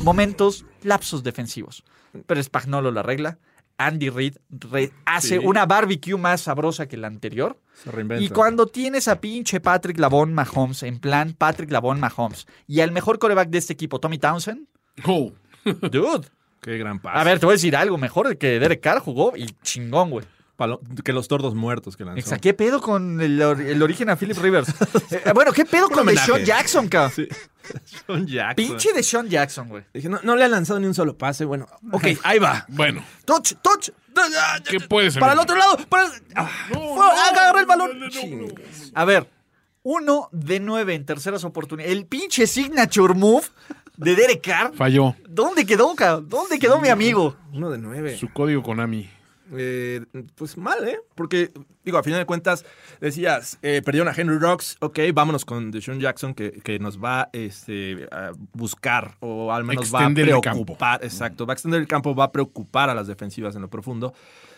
B: momentos, lapsos defensivos. Pero Spagnolo la regla. Andy Reid re- hace una barbecue más sabrosa que la anterior.
D: Se reinventa.
B: Y cuando tienes a pinche Patrick Lavon Mahomes, en plan Patrick Lavon Mahomes, y al mejor coreback de este equipo, Tommy Townsend,
C: Oh,
B: dude.
D: Qué gran paso.
B: A ver, te voy a decir algo mejor que Derek Carr jugó y chingón, güey.
D: Palo- que los tordos muertos que lanzó.
B: Exacto. ¿Qué pedo con el, or- el origen a Philip Rivers? Eh, bueno, ¿qué pedo con
D: homenaje.
B: Deshaun Jackson, cabrón?
D: Son Jackson.
B: Pinche Deshaun Jackson, güey.
D: Dije, no, no le ha lanzado ni un solo pase. Bueno, ok, ahí va.
C: bueno,
B: Touch, touch.
C: ¿qué puede ser?
B: Para el otro lado. Para el... Ah,
C: Oh,
B: fue- agarra el balón. A ver, uno de nueve en terceras oportunidades. El pinche signature move de Derek Carr.
C: Falló
B: ¿Dónde quedó, cabrón? ¿Dónde quedó mi amigo?
D: Uno de nueve.
C: su código Konami.
D: Eh, pues mal, ¿eh? Porque, digo, a final de cuentas, decías, eh, perdieron a Henry Rocks, ok, vámonos con Deshaun Jackson, que, que nos va este, a buscar o al menos
C: Extender
D: va
C: el
D: a preocupar. Exacto, va a extender el campo, va a preocupar a las defensivas en lo profundo.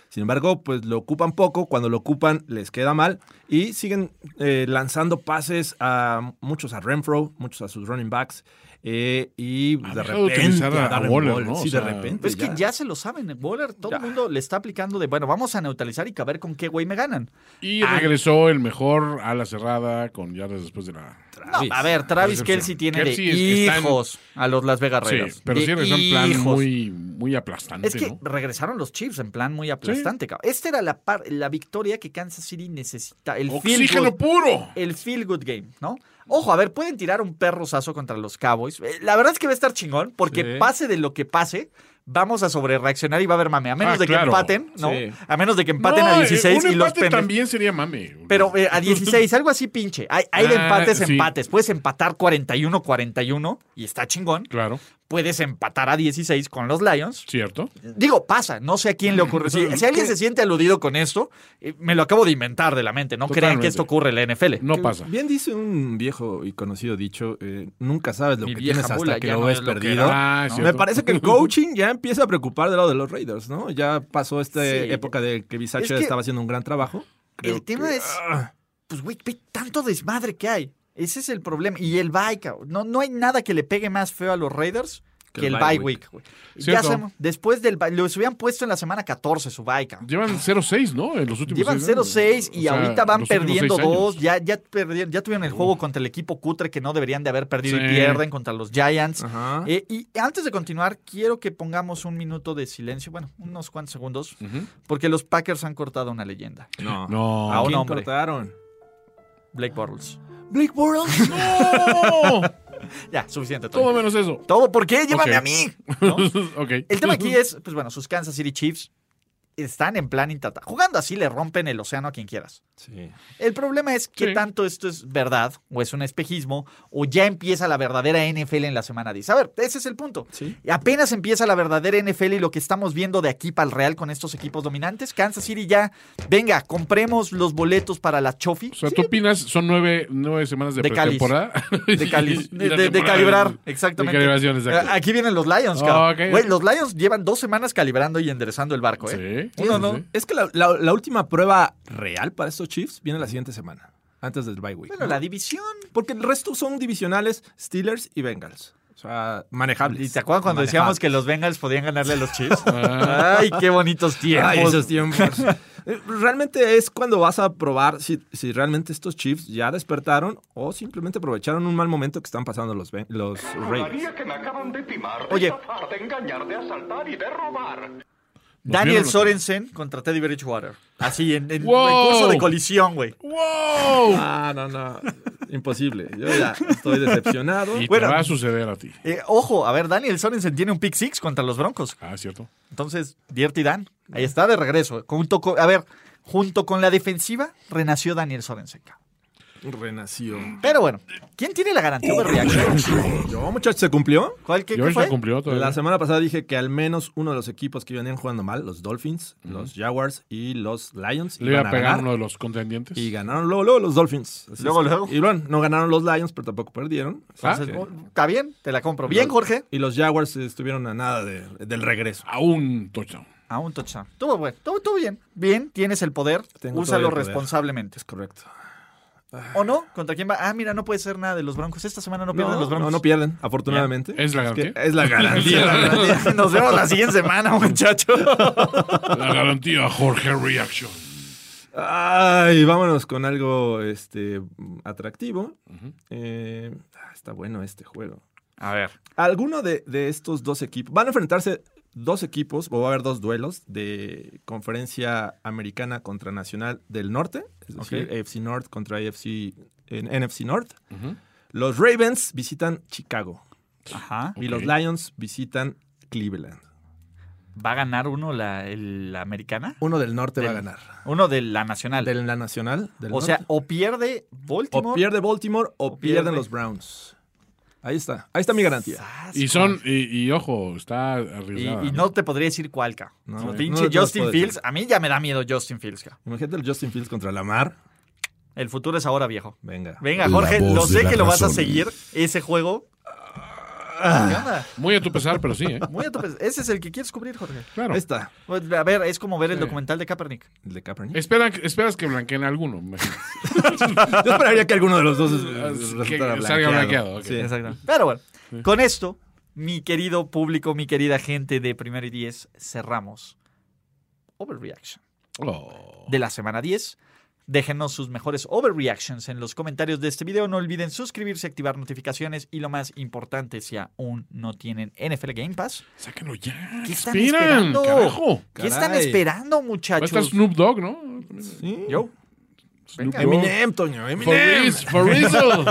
D: Sin embargo, pues lo ocupan poco, cuando lo ocupan les queda mal y siguen eh, lanzando pases a muchos a Renfro, muchos a sus running backs eh, y
C: Ha
D: de
C: dejado de
D: repente
C: utilizar a
D: Darren
C: Waller, ¿no?
D: Sí,
C: O
D: de
C: sea,
D: repente.
B: Pues es que ya se lo saben. Waller, todo el mundo le está aplicando de, bueno, vamos a neutralizar y que a ver con qué güey me ganan.
C: Y regresó el mejor a la cerrada con yardas después de la
B: No, a ver, Travis Kelsey tiene
C: Kelsey
B: de
C: es- está en-
B: hijos a los Las Vegas Raiders.
C: Sí, pero
B: De
C: sí regresó en plan
B: hijos.
C: muy, muy aplastante,
B: Es que
C: Mm, ¿no?
B: regresaron los Chiefs en plan muy aplastante. cabrón. Esta era la, par- la victoria que Kansas City necesita. El feel
C: ¡Oxígeno
B: good-
C: puro!
B: El feel good game, ¿no? Ojo, a ver, pueden tirar un perrozazo contra los Cowboys. Eh, La verdad es que va a estar chingón, porque
C: Sí.
B: pase de lo que pase, vamos a sobrereaccionar y va a haber mame. A menos
C: Ah,
B: de que
C: claro.
B: empaten, ¿no?
C: Sí.
B: A menos de que empaten
C: No,
B: a
C: eh,
B: 16
C: un
B: y los
C: empate
B: penes.
C: también sería mame.
B: Pero eh, a 16, algo así pinche. Hay, hay de
C: Ah,
B: empates,
C: sí.
B: empates. Puedes empatar 41-41 y está chingón.
C: Claro.
B: Puedes empatar a 16 con los Lions.
C: Cierto.
B: Digo, pasa. No sé a quién le ocurre. Si, si alguien se siente aludido con esto, eh, me lo acabo de inventar de la mente. No crean que
D: Totalmente.
B: esto ocurre en la NFL.
C: No
D: Bien dice un viejo y conocido dicho, eh, nunca sabes lo
B: Mi
D: que
B: vieja
D: tienes hasta
B: mula,
D: que
B: ya
D: lo
B: no
D: ves
B: es lo que
D: perdido.
B: era. Ah, es
D: ¿no?
B: cierto.
D: Me parece que el coaching ya empieza a preocupar del lado de los Raiders, ¿no? Ya pasó esta
B: Sí.
D: época de que Bisache
B: Es que-
D: estaba haciendo un gran trabajo.
B: el tema es, pues, güey, ve tanto desmadre que hay. Ese es el problema. Y el bye, cabrón. No, no hay nada que le pegue más feo a los Raiders que, el bye week. güey. Ya
C: Cierto.
B: sabemos, después del bye, los hubieran puesto en la semana 14 su bye, cabrón.
C: Llevan 0-6, pues ¿no? En los últimos
B: Llevan 0-6
C: seis años.
B: y
C: O sea,
B: ahorita van
C: los últimos
B: perdiendo
C: seis años.
B: dos. Ya, ya, perdieron- ya tuvieron el juego contra el equipo cutre que no deberían de haber perdido y
C: Sí.
B: pierden contra los Giants.
C: Ajá.
B: Eh, y antes de continuar, quiero que pongamos un minuto de silencio, bueno, unos cuantos segundos, porque los Packers han cortado una leyenda.
D: No.
C: No.
B: A un
D: ¿Quién
B: hombre,
D: cortaron?
B: Blake Bortles.
D: Blake Bortles.
C: ¡No!
B: ya, suficiente. Tony.
C: Todo menos eso.
B: Todo, ¿por qué? Llévame
C: Ok.
B: a mí. ¿no?
C: ok.
B: El tema aquí es, pues bueno, sus Kansas City Chiefs están en plan intata. Jugando así le rompen el océano a quien quieras.
D: Sí.
B: El problema es qué
C: Sí.
B: tanto esto es verdad o es un espejismo o ya empieza la verdadera NFL en la semana 10. A ver, ese es el punto. Apenas empieza la verdadera NFL y lo que estamos viendo de aquí para el Real con estos equipos dominantes. Kansas City ya, venga, compremos los boletos para la Chofi.
C: O sea, ¿tú opinas? Son nueve, nueve semanas de,
B: De cáliz.
C: pretemporada.
B: De, cali-
C: Y- y
B: de-
C: la
B: de- de
C: temporada
B: calibrar,
C: de-
B: exactamente.
C: De calibración, exacto.
B: Eh, Aquí vienen los Lions, cabrón.
C: Ah, ok.
B: Güey, los Lions llevan dos semanas calibrando y enderezando el barco, ¿eh?
D: Sí,
B: Uno
D: sí,
B: no.
D: sí. Es que la, la- la última prueba real para estos Chiefs viene la siguiente semana, antes del bye week.
B: Bueno, la división.
D: Porque el resto son divisionales Steelers y Bengals. O sea, manejables.
B: ¿Y te acuerdas cuando decíamos que los Bengals podían ganarle a los Chiefs?
D: Ah.
B: Ay, qué bonitos tiempos.
D: Ay, esos tiempos. Eh, Realmente es cuando vas a probar si, si realmente estos Chiefs ya despertaron o simplemente aprovecharon un mal momento que están pasando los, Ben- los Ravens.
I: Juraría que me acaban de timar, de
B: Oye.
I: estafar, de engañar, de asaltar y de robar.
B: Daniel
C: vieron los-
B: Sorensen contra Teddy Bridgewater. Así, en, en-
C: Wow.
B: en curso de colisión, güey.
C: ¡Wow!
D: Ah, no, no. Imposible. Yo ya estoy decepcionado.
C: Y
B: Bueno.
C: te va a suceder a ti.
B: Eh, ojo, a ver, Daniel Sorensen tiene un pick six contra los Broncos.
C: Ah, cierto.
B: Entonces, Dirty Dan, ahí está de regreso. Junto con- a ver, junto con la defensiva, renació Daniel Sorensen. cabrón.
D: Renació.
B: Pero bueno, ¿quién tiene la garantía de reacción?
D: Yo, muchachos, ¿se cumplió?
B: ¿Cuál qué, qué
C: George
B: fue?
C: ya cumplió todavía.
D: La semana pasada dije que al menos uno de los equipos que venían jugando mal, los Dolphins, los Jaguars y los Lions,
C: Le iba
D: iban
C: a pegar
D: ganar.
C: uno de los contendientes.
D: Y ganaron luego, luego los Dolphins. Así
B: Luego,
D: es que-
B: luego.
D: Y bueno, no ganaron los Lions, pero tampoco perdieron. Así
C: Ah.
D: es
B: Entonces,
D: que-
B: oh, Está bien, te la compro. Bien, Jorge.
D: Y los Jaguars estuvieron a nada de- del regreso.
C: A un touchdown.
B: A un touchdown. Todo bueno, todo, todo bien. Bien, tienes el poder,
D: Tengo todavía
B: úsalo
D: el poder.
B: responsablemente.
D: Es correcto.
B: ¿O no? ¿Contra quién va? Ah, mira, no puede ser nada de los Broncos. Esta semana no pierden los
D: no,
B: Broncos.
D: no pierden, afortunadamente.
C: ¿Es la
D: que
C: garantía?
D: es la garantía. la garantía.
B: Nos vemos la siguiente semana, muchachos.
C: La garantía Jorge Reaction.
D: Ay, vámonos con algo este, atractivo. Eh, ah, está bueno este juego.
B: A ver.
D: ¿Alguno de, de estos dos equipos? Van a enfrentarse dos equipos, o va a haber dos duelos de conferencia americana contra nacional del norte, es decir,
B: Ok.
D: AFC North contra AFC, en- NFC North. Los Ravens visitan Chicago
B: Ajá.
D: y los
C: Ok.
D: Lions visitan Cleveland.
B: ¿Va a ganar uno la, el- la americana?
D: Uno del norte va a
B: Del-
D: ganar.
B: Uno de la nacional.
D: De la nacional. del
B: o sea,
D: norte.
B: o pierde Baltimore.
D: o pierde Baltimore o,
B: o
D: pierden
B: pierde-
D: los Browns. Ahí está, ahí está mi garantía.
C: Y son, y, y ojo, está
B: Y,
C: arriesgada.
B: y no te podría decir cuál, ca.
D: No,
B: O
D: güey.
B: pinche
D: No te los
B: Justin
D: puedo decir.
B: Fields. A mí ya me da miedo Justin Fields, ca.
D: Imagínate el Justin Fields contra Lamar.
B: El futuro es ahora, viejo.
D: Venga.
B: Venga,
A: La
B: Jorge,
A: voz
B: lo
A: de
B: sé
A: la
B: que lo vas a
A: razón.
B: seguir. Ese juego.
C: Ah.
B: ¿Qué onda?
C: Muy a tu pesar, pero sí, ¿eh?
B: Muy a tu pe- Ese es el que quieres cubrir, Jorge.
C: Claro.
D: Ahí está.
B: Pues, A ver, es como ver el
C: Sí.
B: documental de Kaepernick.
D: El de Kaepernick.
C: Esperan- esperas que blanqueen alguno. me imagino.
D: Yo esperaría que alguno de los dos eh,
C: Ah, que
D: resultara
C: salga
D: blanqueado.
C: blanqueado, ok.
D: Sí.
B: Exacto. Pero bueno, con esto, mi querido público, mi querida gente de Primero y Diez, cerramos Overreaction
C: Oh.
B: de la semana 10. Déjenos sus mejores overreactions en los comentarios de este video. No olviden suscribirse, activar notificaciones y lo más importante, si aún no tienen NFL Game Pass,
C: sáquenlo ya.
B: ¿qué están
C: Esperan,
B: esperando?
C: carajo.
B: ¿Qué están
C: Caray. Pues
B: esperando,
C: Va a estar
B: muchachos?
C: Snoop Dogg, ¿no?
B: Yo.
C: Snoop
B: Venga.
C: Dogg.
D: Eminem, Toño, Eminem.
C: For Riz- for Rizzo.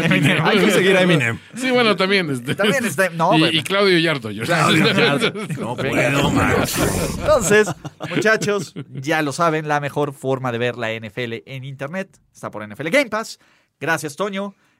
B: Eminem.
D: Hay que seguir a Eminem.
C: Sí, bueno, también. este,
B: También está- no,
C: y,
B: bueno.
C: y Claudio Yarto. yo-
D: Claudio Yarto. No puedo más.
B: Entonces, muchachos, ya lo saben, la mejor forma de ver la NFL en Internet está por NFL Game Pass. Gracias, Toño.